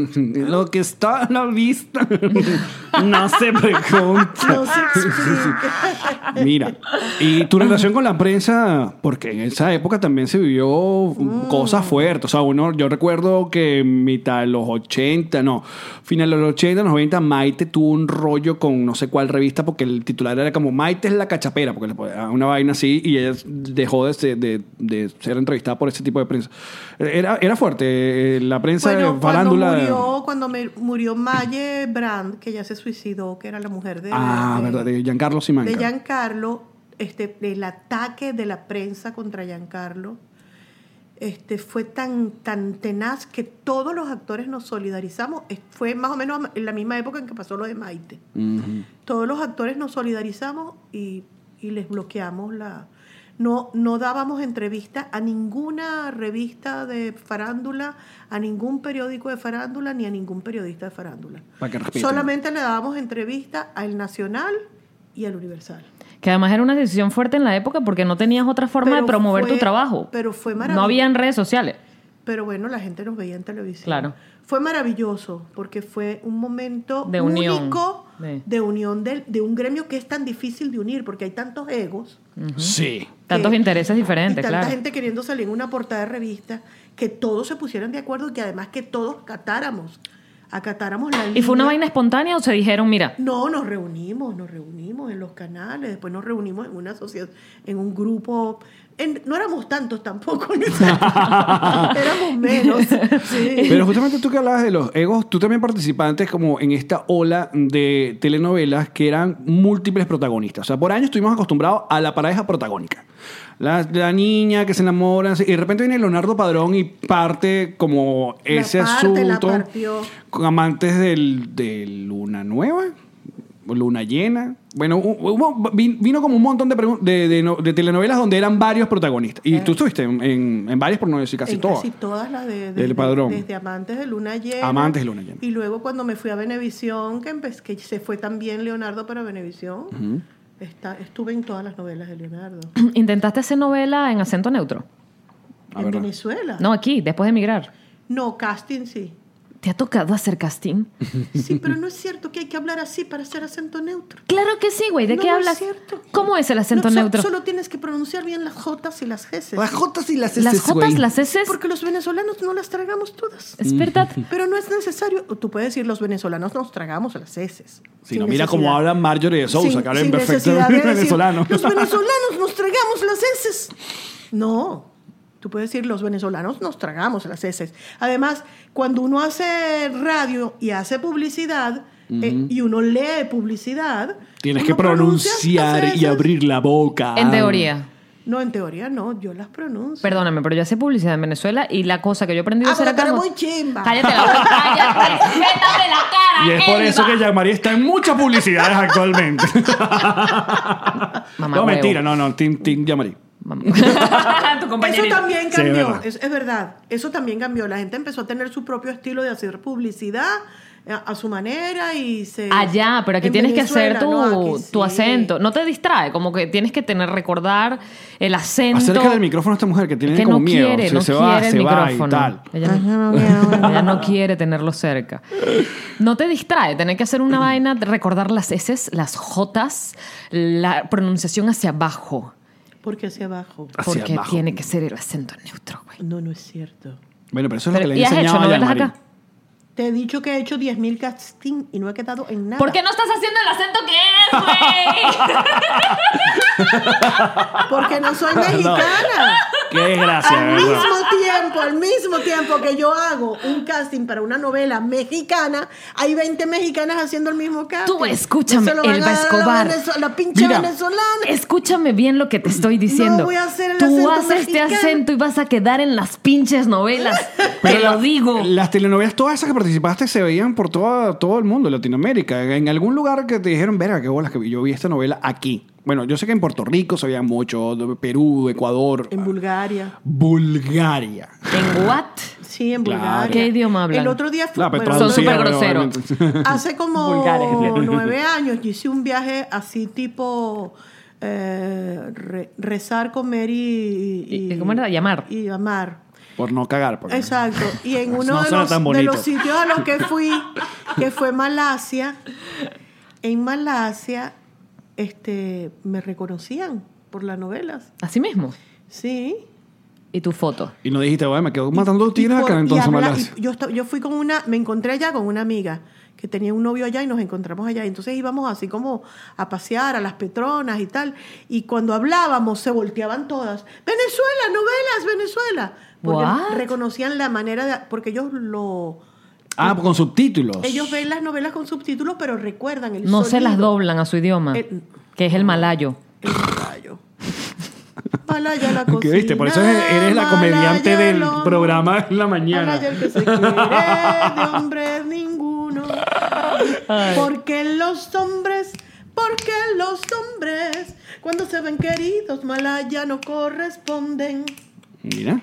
Gabriel. Lo que está a la vista no se pregunta. No sé, sí, Ah, sí. Mira, y tu relación con la prensa, porque en esa época también se vivió Mm. cosas fuertes. O sea, uno, yo recuerdo que mitad de los 80, no, final de los 80, los 90, Maite tuvo un rollo con no sé cuál revista, porque el titular era como Maite es la cachapera, porque le ponía una vaina así, y ella dejó de, ser- de- de ser entrevistada por ese tipo de prensa. Era, era fuerte, eh, la prensa Bueno, farándula. cuando murió, cuando me- murió Maye Brand, que ya se suicidó, que era la mujer de, Ah, de- verdad, de Giancarlo Simanca. eh, de Giancarlo, este, el ataque de la prensa contra Giancarlo este, fue tan, tan tenaz que todos los actores nos solidarizamos. Es- Fue más o menos en la misma época en que pasó lo de Maite. Todos los actores nos solidarizamos y, y les bloqueamos la... No, no dábamos entrevista a ninguna revista de farándula, a ningún periódico de farándula, ni a ningún periodista de farándula. Para que respeten. Solamente le dábamos entrevista al Nacional y al Universal. Que además era una decisión fuerte en la época porque no tenías otra forma Pero de promover fue- tu trabajo. pero fue No maravilloso. había en redes sociales. Pero bueno, la gente nos veía en televisión. Claro. Fue maravilloso porque fue un momento De unión. único Sí. de unión del- de, un gremio que es tan difícil de unir porque hay tantos egos. Sí. Tantos que- intereses diferentes, y tanta claro. gente queriendo salir en una portada de revista que todos se pusieran de acuerdo y que además que todos acatáramos. Acatáramos la ¿Y fue una línea. vaina espontánea o se dijeron, mira, No, nos reunimos, nos reunimos en los canales, después nos reunimos en una sociedad, en un grupo. en- no éramos tantos tampoco, en esa- éramos menos. sí. Pero justamente tú que hablabas de los egos, tú también participantes como en esta ola de telenovelas que eran múltiples protagonistas. O sea, por años estuvimos acostumbrados a la pareja protagónica. La, la niña que se enamora, así, y de repente viene Leonardo Padrón y parte como La ese parte, la asunto partió. con amantes del, de Luna Nueva, Luna Llena. Bueno, hu- hubo- vin- vino como un montón de, pregun- de, de no- de telenovelas donde eran varios protagonistas. Y tú estuviste en, en- en varias, por no decir casi En todas. Casi todas las de, Del padrón. Desde Amantes de Luna Llena. Amantes de Luna Llena. Y luego cuando me fui a Venevisión, que, empe- que se fue también Leonardo para Venevisión, está- estuve en todas las novelas de Leonardo. intentaste hacer novela en acento neutro? Ah, en ¿verdad? Venezuela. No, aquí, después de emigrar. No, casting sí. ¿Te ha tocado hacer casting? Sí, pero no es cierto que hay que hablar así para ser acento neutro. Claro que sí, güey. ¿De No, qué no es hablas? cierto. ¿Cómo es el acento No, so- neutro? Solo tienes que pronunciar bien las Jotas y las Este, Gs. Jotas y las las Jotas, las S's. Porque los venezolanos no las tragamos todas. Es verdad. Pero no es necesario. Tú puedes decir, los venezolanos nos tragamos las heces. Si no, mira cómo habla Marjorie de Sousa, que habla en perfecto venezolano. Los venezolanos nos tragamos las heces. No. Tú puedes decir, los venezolanos nos tragamos las heces. Además, cuando uno hace radio y hace publicidad, eh, y uno lee publicidad... Tienes uno que pronuncia las pronunciar y heces. abrir la boca. En teoría. No, en teoría no, yo las pronuncio. Perdóname, pero yo hacía publicidad en Venezuela y la cosa que yo aprendí a Ah, hacer porque acá. tú no- eres muy chimba. Cállate la boca, cállate. Respétame la cara. Y es por Elba. eso que Jean-Marie está en muchas publicidades actualmente. Mamá no, huevo. mentira, no, no, Team, team Jean-Marie. Mamá. tu Eso compañerito. también Sí, es cambió, verdad. es, es verdad, eso también cambió. La gente empezó a tener su propio estilo de hacer publicidad eh, a, su manera y se... Allá, Ah, pero aquí en tienes que Venezuela, hacer tu, no, aquí tu sí. acento. No te distrae, como que tienes que tener, recordar el acento. Acerca del micrófono a esta mujer que tiene Es que como no miedo. quiere, se, no se quiere va, el se va y micrófono. tal. Ella, no, ella no quiere tenerlo cerca. No te distrae tener que hacer una vaina, recordar las S, las Jotas, la pronunciación hacia abajo. Porque hacia abajo. Hacia Porque abajo. tiene que ser el acento neutro, güey. No, no es cierto. Bueno, pero eso es Pero- lo que ¿y le has hecho enseñaba a novelas Jean-Marie. acá? Te he dicho que he hecho 10.000 casting y no he quedado en nada. ¿Por qué no estás haciendo el acento que es, güey? Porque no soy mexicana. Qué desgracia, de Al verdad. mismo tiempo, al mismo tiempo que yo hago un casting para una novela mexicana, hay 20 mexicanas haciendo el mismo casting. Tú escúchame, No se lo van Elba a dar a Escobar. La, venezo- la pinche Mira. venezolana. Escúchame bien lo que te estoy diciendo. No voy a hacer el Tú acento haces este mexicano. acento y vas a quedar en las pinches novelas. te la- lo digo. Las telenovelas, todas esas que participaste, se veían por toda, todo el mundo, Latinoamérica. En algún lugar que te dijeron, verga, qué bolas, que yo vi esta novela aquí. Bueno, yo sé que en Puerto Rico se veía mucho, de Perú, Ecuador, En Bulgaria. Bulgaria. ¿En what? Sí, en Claro. Bulgaria. ¿Qué idioma hablan? El otro día fue, Claro, pero bueno, Son traducida, súper pero groseros. obviamente- hace como Vulgares. nueve años yo hice un viaje así tipo eh, re- rezar, comer y, Y- ¿cómo era? Y amar. Y amar. Por no cagar. porque- Exacto. Y en No uno de, suena los, tan de bonito. los sitios a los que fui, que fue Malasia, en Malasia este, me reconocían por las novelas. Así mismo. Sí. Y tu foto. Y no dijiste, bueno, me quedo matando tiras Y por- acá y entonces, habla- Malasia. y yo, esta- yo fui con una, me encontré allá con una amiga que tenía un novio allá y nos encontramos allá. Entonces íbamos así como a pasear a las Petronas y tal. Y cuando hablábamos se volteaban todas. Venezuela, novelas, Venezuela. Porque What? reconocían la manera de... Porque ellos lo... Ah, con subtítulos. Ellos ven las novelas con subtítulos, pero recuerdan el No se las sonido. doblan a su idioma, El- que es el malayo. El rayo. Malaya la ¿Qué cocina. viste? Por eso eres- eres la comediante malaya del el hombre, programa en la mañana. Malaya el que se quiere, de hombres ninguno. Porque los hombres, porque los hombres, cuando se ven queridos, Malaya no corresponden. Mira.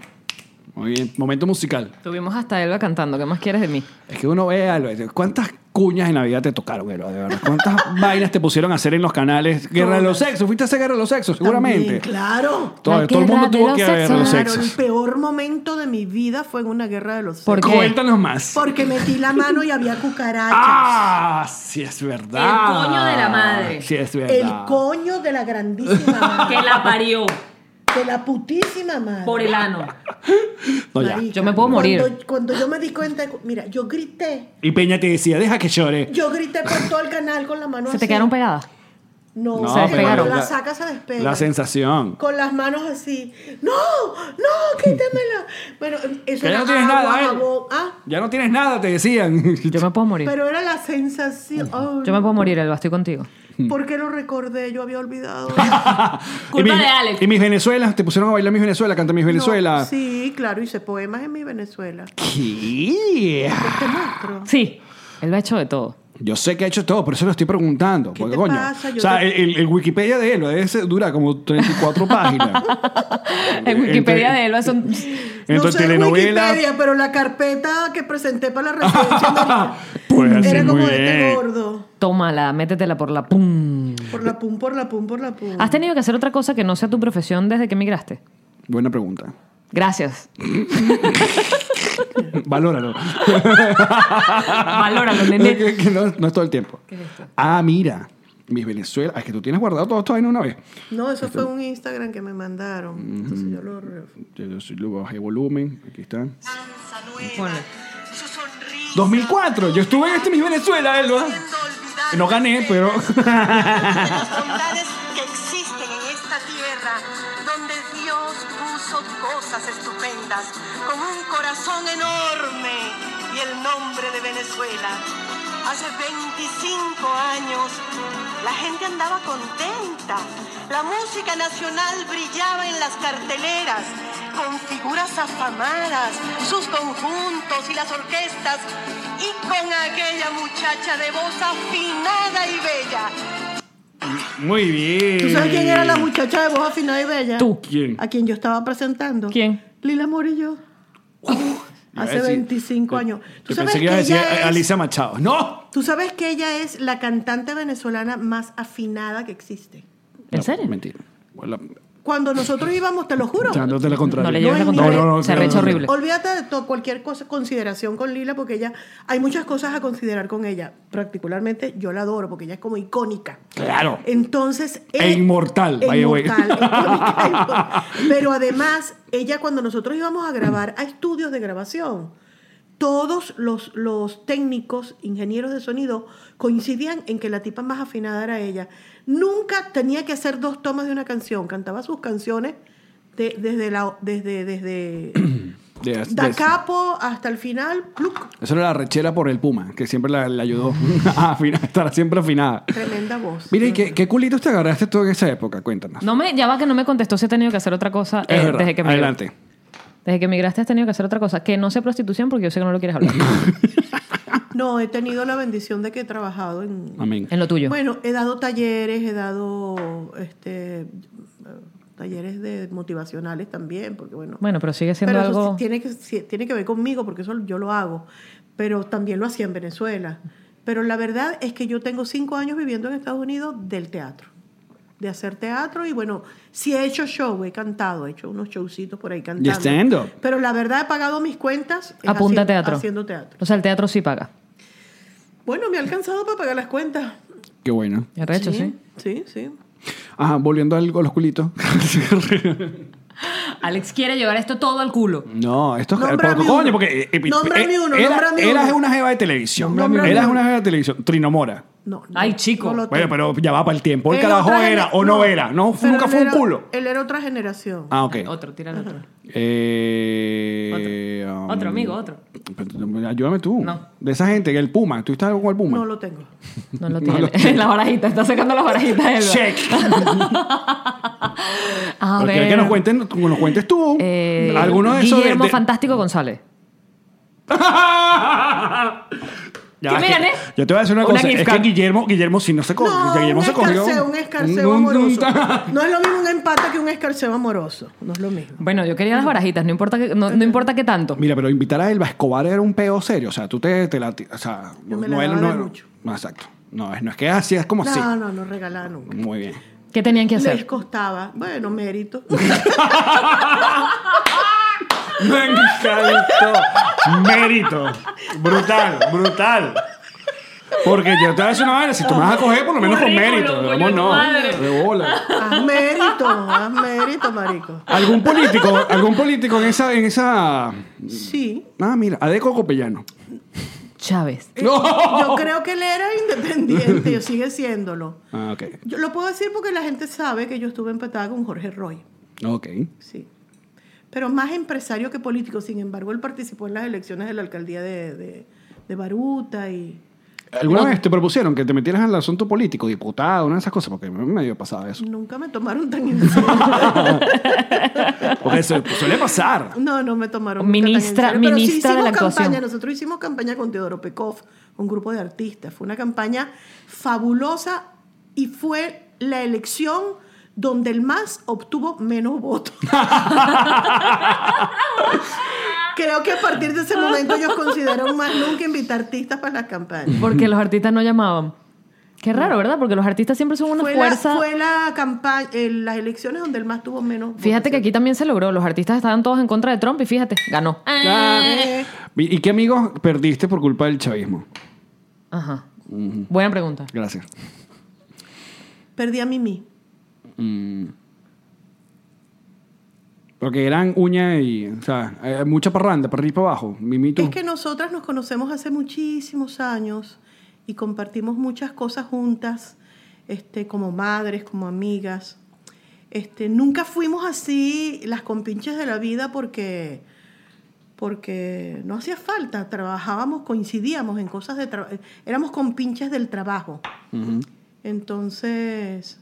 Muy bien. Momento musical. Tuvimos hasta Elba cantando. ¿Qué más quieres de mí? Es que uno ve algo, dice, ¿Cuántas cuñas en Navidad te tocaron, Elo? De verdad. ¿Cuántas vainas te pusieron a hacer en los canales? Guerra de los sexos. Fuiste a hacer guerra de los sexos, seguramente. También, claro. Todo, La todo el guerra mundo de tuvo los que ver los sexos. Claro, el sexos. peor momento de mi vida fue en una guerra de los ¿Por sexos. qué? Cuéntanos más. Porque metí la mano y había cucarachas. Ah, sí es verdad. El coño de la madre. Sí es verdad. El coño de la grandísima madre, la parió de la putísima madre. el ano. No, ya. Marica, Yo me puedo morir. Cuando, cuando yo me di cuenta, mira, yo grité, Y Peña te decía, deja que llore. yo grité por todo el canal con la mano ¿Se así. te quedaron pegadas? No, No, se pero despegaron. la- La saca se despega. La sensación. con las manos así. ¡No! ¡No! ¡Quítamela! Bueno, eso Que ya era no tienes agua, nada, ¿eh? jabón. Ah, Ya no tienes nada, te decían. Yo me puedo morir. pero era la sensación. Ay, Yo me puedo morir, Elba. Estoy contigo. Mm. ¿Por qué lo recordé? Yo había olvidado. Culpa de Alex. Y mis Venezuelas, te pusieron a bailar mis Venezuela, canta mis Venezuela. No, sí, claro, hice poemas en mi Venezuela. ¿Qué? Te muestro. Sí. Elba ha hecho de todo. Yo sé que ha hecho todo, por eso lo estoy preguntando. ¿Qué porque, te coño, pasa? Yo o sea, te- el, el Wikipedia de él ese dura como 34 páginas. En Wikipedia de Elba son... Entre no sé de telenovelas. Wikipedia, pero la carpeta que presenté para la residencia marica, Pues así, era como muy de este bien. gordo. Tómala, métetela por la pum. Por la pum, por la pum, por la pum. ¿Has tenido que hacer otra cosa que no sea tu profesión desde que emigraste? Buena pregunta. Gracias. Valóralo. Valóralo, nene. que, que no, no es todo el tiempo. Ah, mira. Mis Venezuela. Es que tú tienes guardado todo esto ahí en una vez. No, eso fue un Instagram que me mandaron. Entonces yo lo... re- Yo, yo sí le bajé volumen. Aquí está. 2004. Yo estuve en este Mis Venezuela, Elba. No gané, pero. bondades que existen en esta tierra, donde Dios puso cosas estupendas, con un corazón enorme y el nombre de Venezuela. Hace 25 años la gente andaba contenta. La música nacional brillaba en las carteleras con figuras afamadas, sus conjuntos y las orquestas y con aquella muchacha de voz afinada y bella. Muy bien. ¿Tú sabes quién era la muchacha de voz afinada y bella? Tú. ¿Quién? A quien yo estaba presentando. ¿Quién? Lila Morillo. Iba a Hace decir- 25 años. ¿Tú Yo sabes, pensé que que iba a decir ella es, Alicia Machado. ¡No! tú sabes que ella es la cantante venezolana más afinada que existe. ¿En No, serio? Mentira. Bueno, Cuando nosotros íbamos, te lo juro. echándote la contraria. No le lleves la contraria. Se arrecha horrible. Olvídate de to- cualquier cosa, consideración con Lila, porque ella hay muchas cosas a considerar con ella. Particularmente yo la adoro, porque ella es como icónica. Claro. Entonces. E eh, inmortal, by the way. inmortal, icónica, inmortal. Pero además, ella, cuando nosotros íbamos a grabar a estudios de grabación, todos los, los técnicos, ingenieros de sonido, coincidían en que la tipa más afinada era ella. Nunca tenía que hacer dos tomas de una canción. Cantaba sus canciones de- desde la. Desde, desde Yes, Da yes. capo hasta el final, pluc, Eso era la rechera por el Puma, que siempre la, la ayudó a afinar- estar siempre afinada. tremenda voz. Mira, ¿y qué, qué culitos te agarraste tú en esa época? Cuéntanos. No me, ya va que no me contestó si he tenido que hacer otra cosa Es eh, verdad. desde que emigré. Adelante. Desde que emigraste has tenido que hacer otra cosa. Que no sea prostitución porque yo sé que no lo quieres hablar. No, he tenido la bendición de que he trabajado en, Amén. en lo tuyo. Bueno, he dado talleres, he dado este eh, talleres de motivacionales también, porque bueno. Bueno, pero sigue siendo pero eso algo- sí tiene que sí, tiene que ver conmigo porque eso yo lo hago, pero también lo hacía en Venezuela. Pero la verdad es que yo tengo cinco años viviendo en Estados Unidos del teatro, de hacer teatro y bueno, sí he hecho show, he cantado, he hecho unos showcitos por ahí cantando. stand-up. Pero la verdad he pagado mis cuentas eh, Apunta haci- teatro. haciendo teatro. O sea, el teatro sí paga. Bueno, me ha alcanzado para pagar las cuentas. Qué bueno. El recho, sí. Sí, sí. Ajá, volviendo al- a los culitos. Alex quiere llevar esto todo al culo. no, esto es... Nómbrame pero, coño, uno. porque... Nómbrame uno, era- nómbrame Eras uno. una jeva de televisión. Nómbrame uno. Eras una jeva de televisión. Trinomora. No, no, Ay, chico. no lo Bueno, tengo. pero ya va para el tiempo. El Él carajo otra era gener- o no era. No, pero nunca él fue un era- culo. Él era otra generación. Ah, ok. Otro, tira el otro. Eh, Otro. um, Otro, amigo, otro. pero, Ayúdame tú. No. De esa gente, que el Puma. ¿Tú estás con el Puma? No lo tengo. No lo No tiene. lo tiene. la barajita, está sacando la barajita. Elba. Check. A Porque ver. que nos cuenten, que nos cuentes tú. Eh, alguno de esos de- Guillermo de- Fantástico González. ya, Que es miran, que- ¿eh? Yo te voy a decir una, Una cosa. gift Es que card. Guillermo, Guillermo sí no se cogió. No, Guillermo un se cogió. escarceo, un escarceo Un- un- amoroso. un- No es lo mismo un empate que un escarceo amoroso. No es lo mismo. Bueno, yo quería las barajitas, no importa que, no, no importa qué tanto. Mira, pero invitar a Elba Escobar era un peo serio. O sea, tú te, te la. ti- O sea, Yo me la era- daba de era- mucho. no, exacto. No, es- no es que así, es como No, así. no, no regalaba nunca. Muy bien. ¿Qué tenían que Les hacer? costaba. Bueno, mérito. Me encantó. Mérito. Brutal, brutal. Porque yo te voy a decir una vaina, si tú me vas a coger, por lo menos con mérito. Currículum, Vamos, coño, no. tu madre. De bola. haz mérito, haz mérito, marico. ¿Algún político, algún político en esa, en esa. Ah, Sí. mira, Adeco Copellano. Chávez. Yo creo que él era independiente, yo sigue siéndolo. Ah, ok. Yo lo puedo decir porque la gente sabe que yo estuve empatada con Jorge Roy. Ok. Sí. Pero más empresario que político. Sin embargo, él participó en las elecciones de la alcaldía de, de, de Baruta y... ¿Alguna vez te propusieron que te metieras en el asunto político, diputado, una de esas cosas? Porque me medio pasaba eso. Nunca me tomaron tan en serio. Porque eso suele pasar. No, no me tomaron Ministra- nunca tan en serio. Pero sí ministra de hicimos la actuación. campaña. Nosotros hicimos campaña con Teodoro Pekov, un grupo de artistas. Fue una campaña fabulosa y fue la elección donde el MAS obtuvo menos votos. Creo que a partir de ese momento ellos consideraron más nunca invitar artistas para las campañas. Porque los artistas no llamaban. Qué raro, ¿verdad? Porque los artistas siempre son una fue fuerza. La, fue la campaña, en las elecciones donde el MAS tuvo menos. Fíjate que votación. aquí también se logró. Los artistas estaban todos en contra de Trump y fíjate, ganó. Eh. Ah. ¿Y qué amigos perdiste por culpa del chavismo? Ajá. Buena pregunta. Gracias. Perdí a Mimi. Porque eran uña y, o sea, eh, mucha parranda, para arriba y para abajo. Mimi, tú. Es que nosotras nos conocemos hace muchísimos años y compartimos muchas cosas juntas, este, como madres, como amigas. Este, nunca fuimos así las compinches de la vida porque, porque no hacía falta, trabajábamos, coincidíamos en cosas de trabajo, éramos compinches del trabajo. Entonces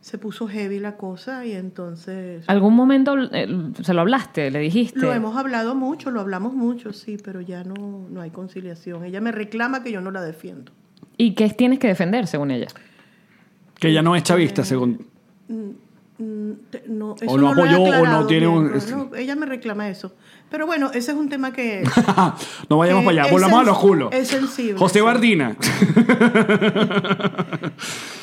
se puso heavy la cosa y entonces ¿Algún momento eh, se lo hablaste? ¿Le dijiste? lo hemos hablado mucho, lo hablamos mucho, sí, pero ya no, no hay conciliación. Ella me reclama que yo no la defiendo. ¿Y qué tienes que defender, según ella? Que ya no es Eh. chavista, según. Mm, te- No, eso no lo he apoyó o no aclarado tiene bien, un- no, no, ella me reclama eso. Pero bueno, ese es un tema que... no vayamos Eh, para allá, es volvamos a los sensi- culos. es sensible, José sí. Bardina.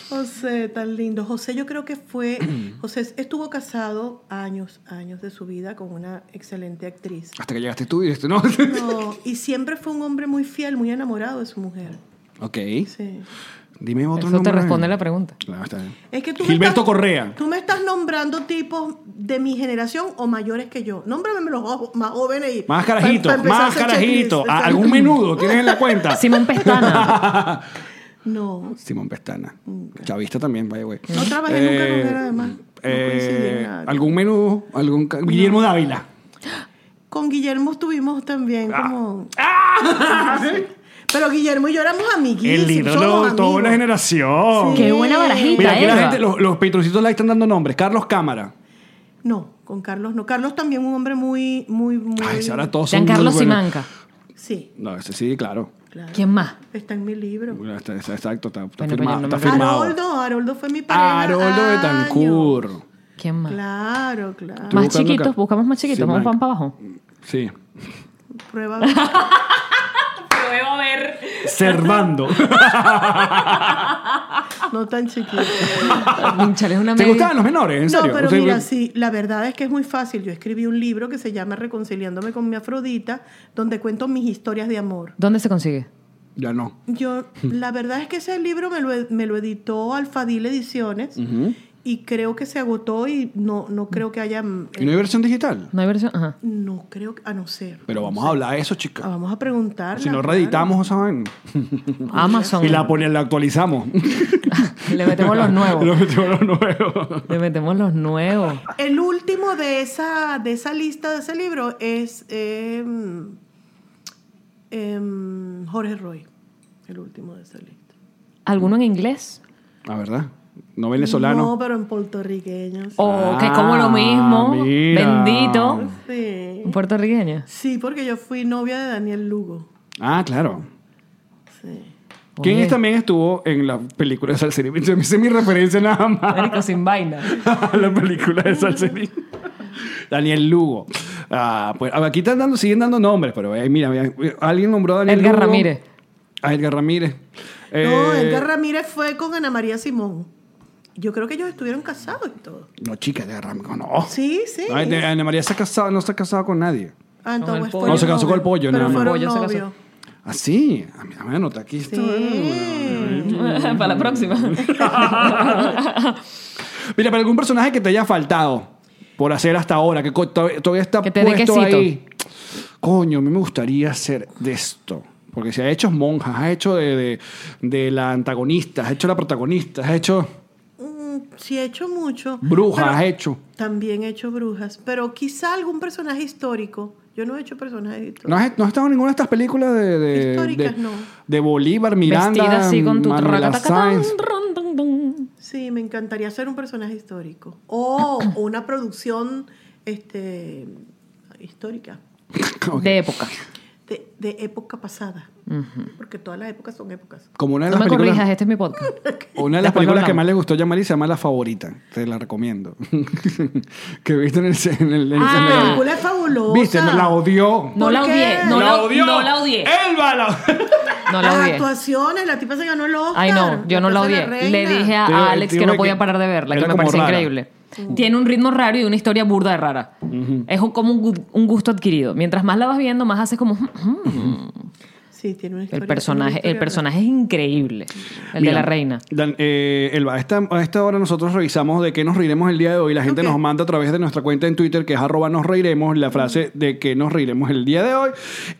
José, tan lindo. José yo creo que fue... José estuvo casado años, años de su vida con una excelente actriz. Hasta que llegaste tú y dijiste, no. No, y siempre fue un hombre muy fiel, muy enamorado de su mujer. ok. Sí. Dime Eso otro te nombre. responde la pregunta. Claro, está bien. Es que tú me Gilberto estás- Correa. Tú me estás nombrando tipos de mi generación o mayores que yo. Nómbrame los jo- más jóvenes y... Más pa- carajito, pa empezar a más hacer carajito. checklist. Ah, ¿Algún menudo tienes en la cuenta? Simón Pestana. No, Simón Pestana. Chavista también, vaya güey. No trabajé nunca con él, además. No coincidí en nada. Eh, ¿Algún menudo? ¿Algún ca- Guillermo Dávila. Con Guillermo estuvimos también Ah. como. Pero Guillermo y yo éramos amiguísimos. El ídolo somos de toda amigos. una generación. Qué buena barajita, Mira, aquí la Eva. gente, los, los patroncitos like están dando nombres. Carlos Cámara. No, con Carlos no. Carlos también un hombre muy, muy, muy. Ay, si ahora todos son. Giancarlo muy buenos. Simanca. Sí, No, ese sí, claro. claro. ¿Quién más? Está en mi libro. Bueno, está- está- Exacto, está, está Bueno, pero firmado. yo no me está acuerdo. firmado. Haroldo, Haroldo fue mi pareja. Haroldo de años. Tancur. ¿Quién más? Claro, claro. Tú Más buscando chiquitos, acá. buscamos más chiquitos. Vamos Simanca. para abajo. Sí. Prueba. Prueba a ver. Servando. No tan chiquito. Chale, es una ¿Te media. gustaban los menores? ¿En No, serio? pero O sea, mira, sí, la verdad es que es muy fácil. Yo escribí un libro que se llama Reconciliándome con mi Afrodita, donde cuento mis historias de amor. ¿Dónde se consigue? Ya no. Yo, la verdad es que ese libro me lo, e, me lo editó Alfadil Ediciones y creo que se agotó y no, no creo que haya... ¿Y no hay versión digital? ¿No hay versión? Ajá. No creo que... A no ser. Ah, Pero vamos a hablar de eso, chicas. Vamos a preguntar. Si no reeditamos esa vaina. Amazon. Y la, pone- la actualizamos. Le metemos los Lo nuevos. metemos los nuevos. Le metemos los nuevos. El último de esa, de esa lista, de ese libro, es em, em, Jorge Roy. El último de esa lista. ¿Alguno en inglés? La verdad. No venezolano. Oh. No, pero en puertorriqueño. sí. O que como lo mismo. Ah, mira. Bendito. Sí. Un puertorriqueño. Sí, porque yo fui novia de Daniel Lugo. Ah, claro. Sí. ¿Quién Oye, es- también estuvo en la película de Salserín? Se me hice mi referencia nada más. marico, sin vaina. la película de Salserín. Daniel Lugo. Ah, pues aquí están dando, siguen dando nombres, pero eh, mira, mira, alguien nombró a Daniel Edgar Lugo. Ramírez. Ah, Edgar Ramírez. No, Eh, Edgar Ramírez fue con Ana María Simón. Yo creo que ellos estuvieron casados y todo. No, chica, Edgar Ramírez, no. Sí, sí. Ay, de- Ana María se ha casado, no está casada con nadie. Ah, entonces Con el fueron pollo. No, se casó con el novios, pollo, Pero nada más. fueron Pollo se casó. novios. Ah, sí. Ah, mira, me anota aquí. esto. ¿eh? Sí. Para la próxima. Mira, pero algún personaje que te haya faltado por hacer hasta ahora, que co- to- todavía está Que te dé puesto quesito. ahí. Coño, a mí me gustaría hacer de esto. Porque se ha hecho monjas, ha hecho de, de, de la antagonista, ha hecho la protagonista, ha hecho Mm, sí, he hecho mucho. Ah. bruja, Pero ha hecho. También he hecho brujas. Pero quizá algún personaje histórico. Yo no he hecho personajes históricos. ¿No has, no has estado en ninguna de estas películas de, de, Históricas, de- no. de Bolívar, Miranda, Vestida así con tu Manuela racatacatán, Sáenz? ron, dun, dun. Sí, me encantaría ser un personaje histórico. O una producción este, histórica. De época. De, de época pasada. Porque todas las épocas son épocas. Como una de No las me películas, corrijas, este es mi podcast. una de Después las lo películas que hablamos. más le gustó llamar y se llama La Favorita. Te la recomiendo. que viste en el... En el, en el- Ah, La película es fabulosa. Viste, me la odió. No ¿Por la qué? odié. No la, la odió. ¿Eh? No Ah, la odié. Elba la No la Las odié. actuaciones, la tipa se ganó el Oscar. Ay, no, yo no la Entonces, odié. Le reina. dije a, Pero, a Alex tío, que no que podía parar de verla, que era me como parecía rara. increíble. Mm. Tiene un ritmo raro y una historia burda de rara. Es un- como un, gu- un gusto adquirido. Mientras más la vas viendo, más haces como... "Mm, mm". Sí, tiene una historia. El personaje, tiene el una historia personaje es increíble. El de la reina. Dan- eh, Elba, a esta, a esta hora nosotros revisamos de qué nos reiremos el día de hoy. La gente Ok. nos manda a través de nuestra cuenta en Twitter, que es arroba nos reiremos, la frase de que nos reiremos el día de hoy.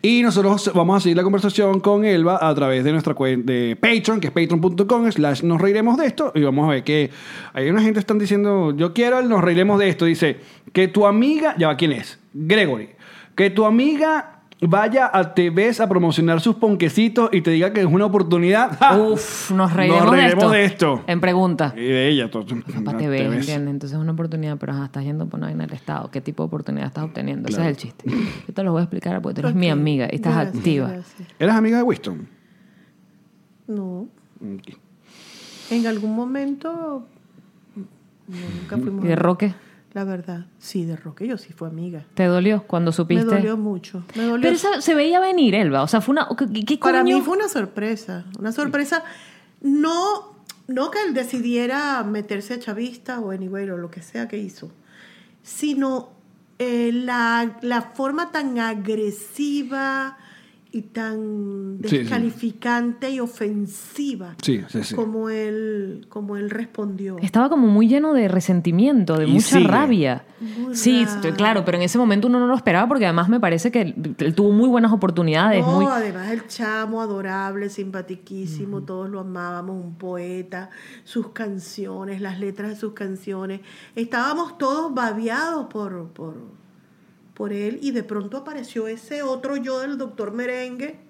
Y nosotros vamos a seguir la conversación con Elba a través de nuestra cuenta de Patreon, que es patreon.com slash nos reiremos de esto. Y vamos a ver que hay una gente que están diciendo, yo quiero el nos reiremos de esto. Dice, que tu amiga, ya va, ¿quién es? Gregory. Que tu amiga vaya a TVs a promocionar sus ponquecitos y te diga que es una oportunidad. ¡Ja! Uh, Uf, nos reiremos, Ah. Nos de, esto. reiremos de esto. En pregunta. Y de ella, todo. Para TV, ¿entiendes? Entonces es una oportunidad, pero ajá, estás yendo por una vaina del Estado. ¿Qué tipo de oportunidad estás obteniendo? Ese es el chiste. Yo te lo voy a explicar porque tú eres mi Ok, amiga y estás gracias, activa. gracias. ¿Eras amiga de Winston? No. En algún momento. no, nunca fuimos. ¿Y de am- Roque? La verdad, sí, de Roque. Yo sí fui amiga. ¿Te dolió cuando Me supiste? dolió mucho. Me dolió. Pero esa- se veía venir, Elba. O sea, fue una. ¿Qué, qué Para coño? mí fue una sorpresa. Una sorpresa. No, no que él decidiera meterse a chavista o anyway o lo que sea que hizo, sino eh, la, la forma tan agresiva y tan Sí, sí. descalificante y ofensiva Sí, sí, sí. como él como él respondió. Estaba como muy lleno de resentimiento, de Y mucha sigue. rabia. Burda. Sí, estoy- claro, pero en ese momento uno no lo esperaba porque además me parece que él, él tuvo muy buenas oportunidades. No, muy... además el chamo adorable, simpatiquísimo, todos lo amábamos, un poeta, sus canciones, las letras de sus canciones. Estábamos todos babeados por, por, por él y de pronto apareció ese otro yo del doctor Merengue.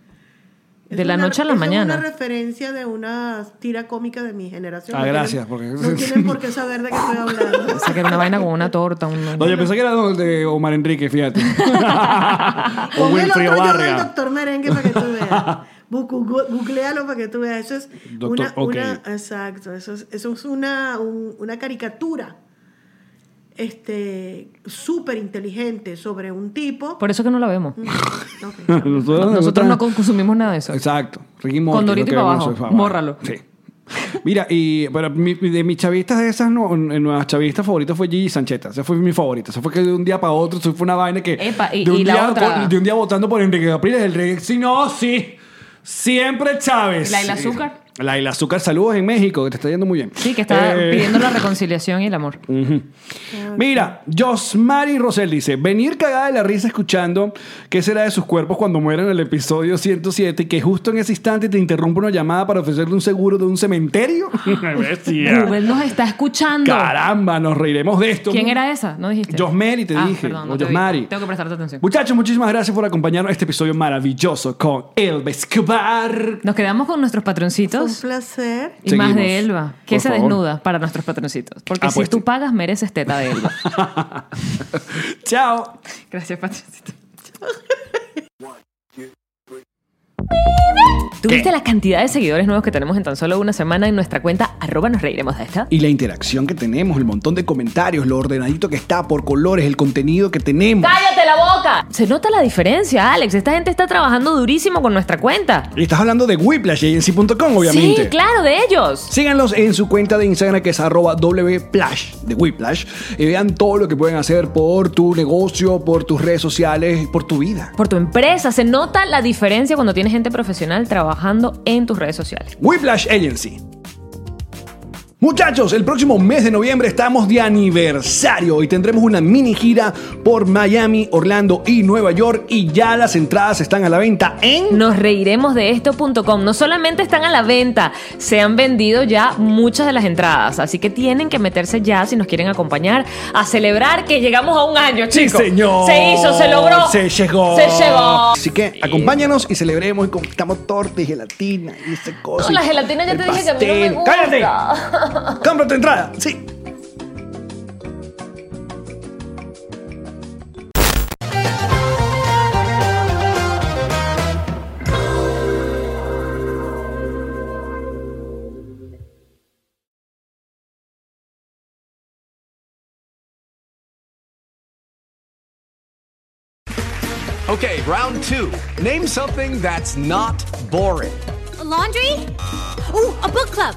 Es De la noche a la es mañana. una referencia de una tira cómica de mi generación. Ah, No tienen- gracias, porque- No tienen por qué saber de qué estoy hablando. O sea, que era una vaina con una torta. un- No, yo pensé que era de Omar Enrique, fíjate. o Pon el Wilfrido otro yo del Barria. doctor Merengue para que tú veas. Bu- gu- gu- Googlealo para que tú veas. Eso es Doctor, una, ok. una- exacto. Eso es, eso es una, un- una caricatura este súper inteligente sobre un tipo. Por eso que no la vemos. Ok. Nosotros, Nosotros no consumimos nada de eso. Exacto. Ricky Morty, Con lo Dorito y que para vemos abajo. es famoso. Bórralo. Sí. Mira, y pero mi- de mis chavistas de esas, no, nuevas chavistas favoritas fue Gigi Sancheta. Esa fue mi favorita. Esa fue que de un día para otro, eso fue una vaina que. Epa, y- de, un y la día, otra. por- de un día votando por Enrique Capriles, el rey. Sí, no, sí. Siempre Chávez. Laila Azúcar. Laila Azúcar, saludos en México, que te está yendo muy bien. Sí, que está Eh, pidiendo la reconciliación y el amor. Mira, Josmari Rosell dice, venir cagada de la risa escuchando qué será de sus cuerpos cuando mueran en el episodio 107 y que justo en ese instante te interrumpe una llamada para ofrecerle un seguro de un cementerio. Bestia. Google nos está escuchando. Caramba, nos reiremos de esto. ¿Quién era esa? ¿No dijiste? Josmary, te Ah, dije. perdón, o no te vi. Josmari. Tengo que prestarte atención. Muchachos, muchísimas gracias por acompañarnos en este episodio maravilloso con Elba Escobar. Nos quedamos con nuestros Fue un patroncitos. placer. Y más de Seguimos. Elba, que Por se favor. desnuda para nuestros patroncitos. Porque Ah, si pues tú sí. pagas, mereces teta de Elba. Chao. Gracias, patroncito. ¿Tuviste la cantidad de seguidores nuevos que tenemos en tan solo una semana en nuestra cuenta? Arroba nos reiremos de esta. Y la interacción que tenemos, el montón de comentarios, lo ordenadito que está por colores, el contenido que tenemos. ¡Cállate la boca! Se nota la diferencia, Alex. Esta gente está trabajando durísimo con nuestra cuenta. Y estás hablando de whiplashagency.com, obviamente. Sí, claro, de ellos. Síganlos en su cuenta de Instagram que es arroba wplash de Whiplash y vean todo lo que pueden hacer por tu negocio, por tus redes sociales, por tu vida. Por tu empresa. Se nota la diferencia cuando tienes gente profesional trabajando en tus redes sociales. Whiplash Agency. Muchachos, el próximo mes de noviembre estamos de aniversario y tendremos una mini gira por Miami, Orlando y Nueva York y ya las entradas están a la venta en... Nos reiremos de esto.com. No solamente están a la venta, se han vendido ya muchas de las entradas. Así que tienen que meterse ya si nos quieren acompañar a celebrar que llegamos a un año, Sí, chicos. señor. Se hizo, se logró. Se llegó. Se llegó. Así que acompáñanos y celebremos y conquistamos torta y gelatina y esa cosa. No, la y gelatina ya el te dije que a mí no me gusta. ¡Cállate! ¡Cómprate entrada! Sí. Okay, round two. Name something that's not boring. laundry? Ooh, a book club.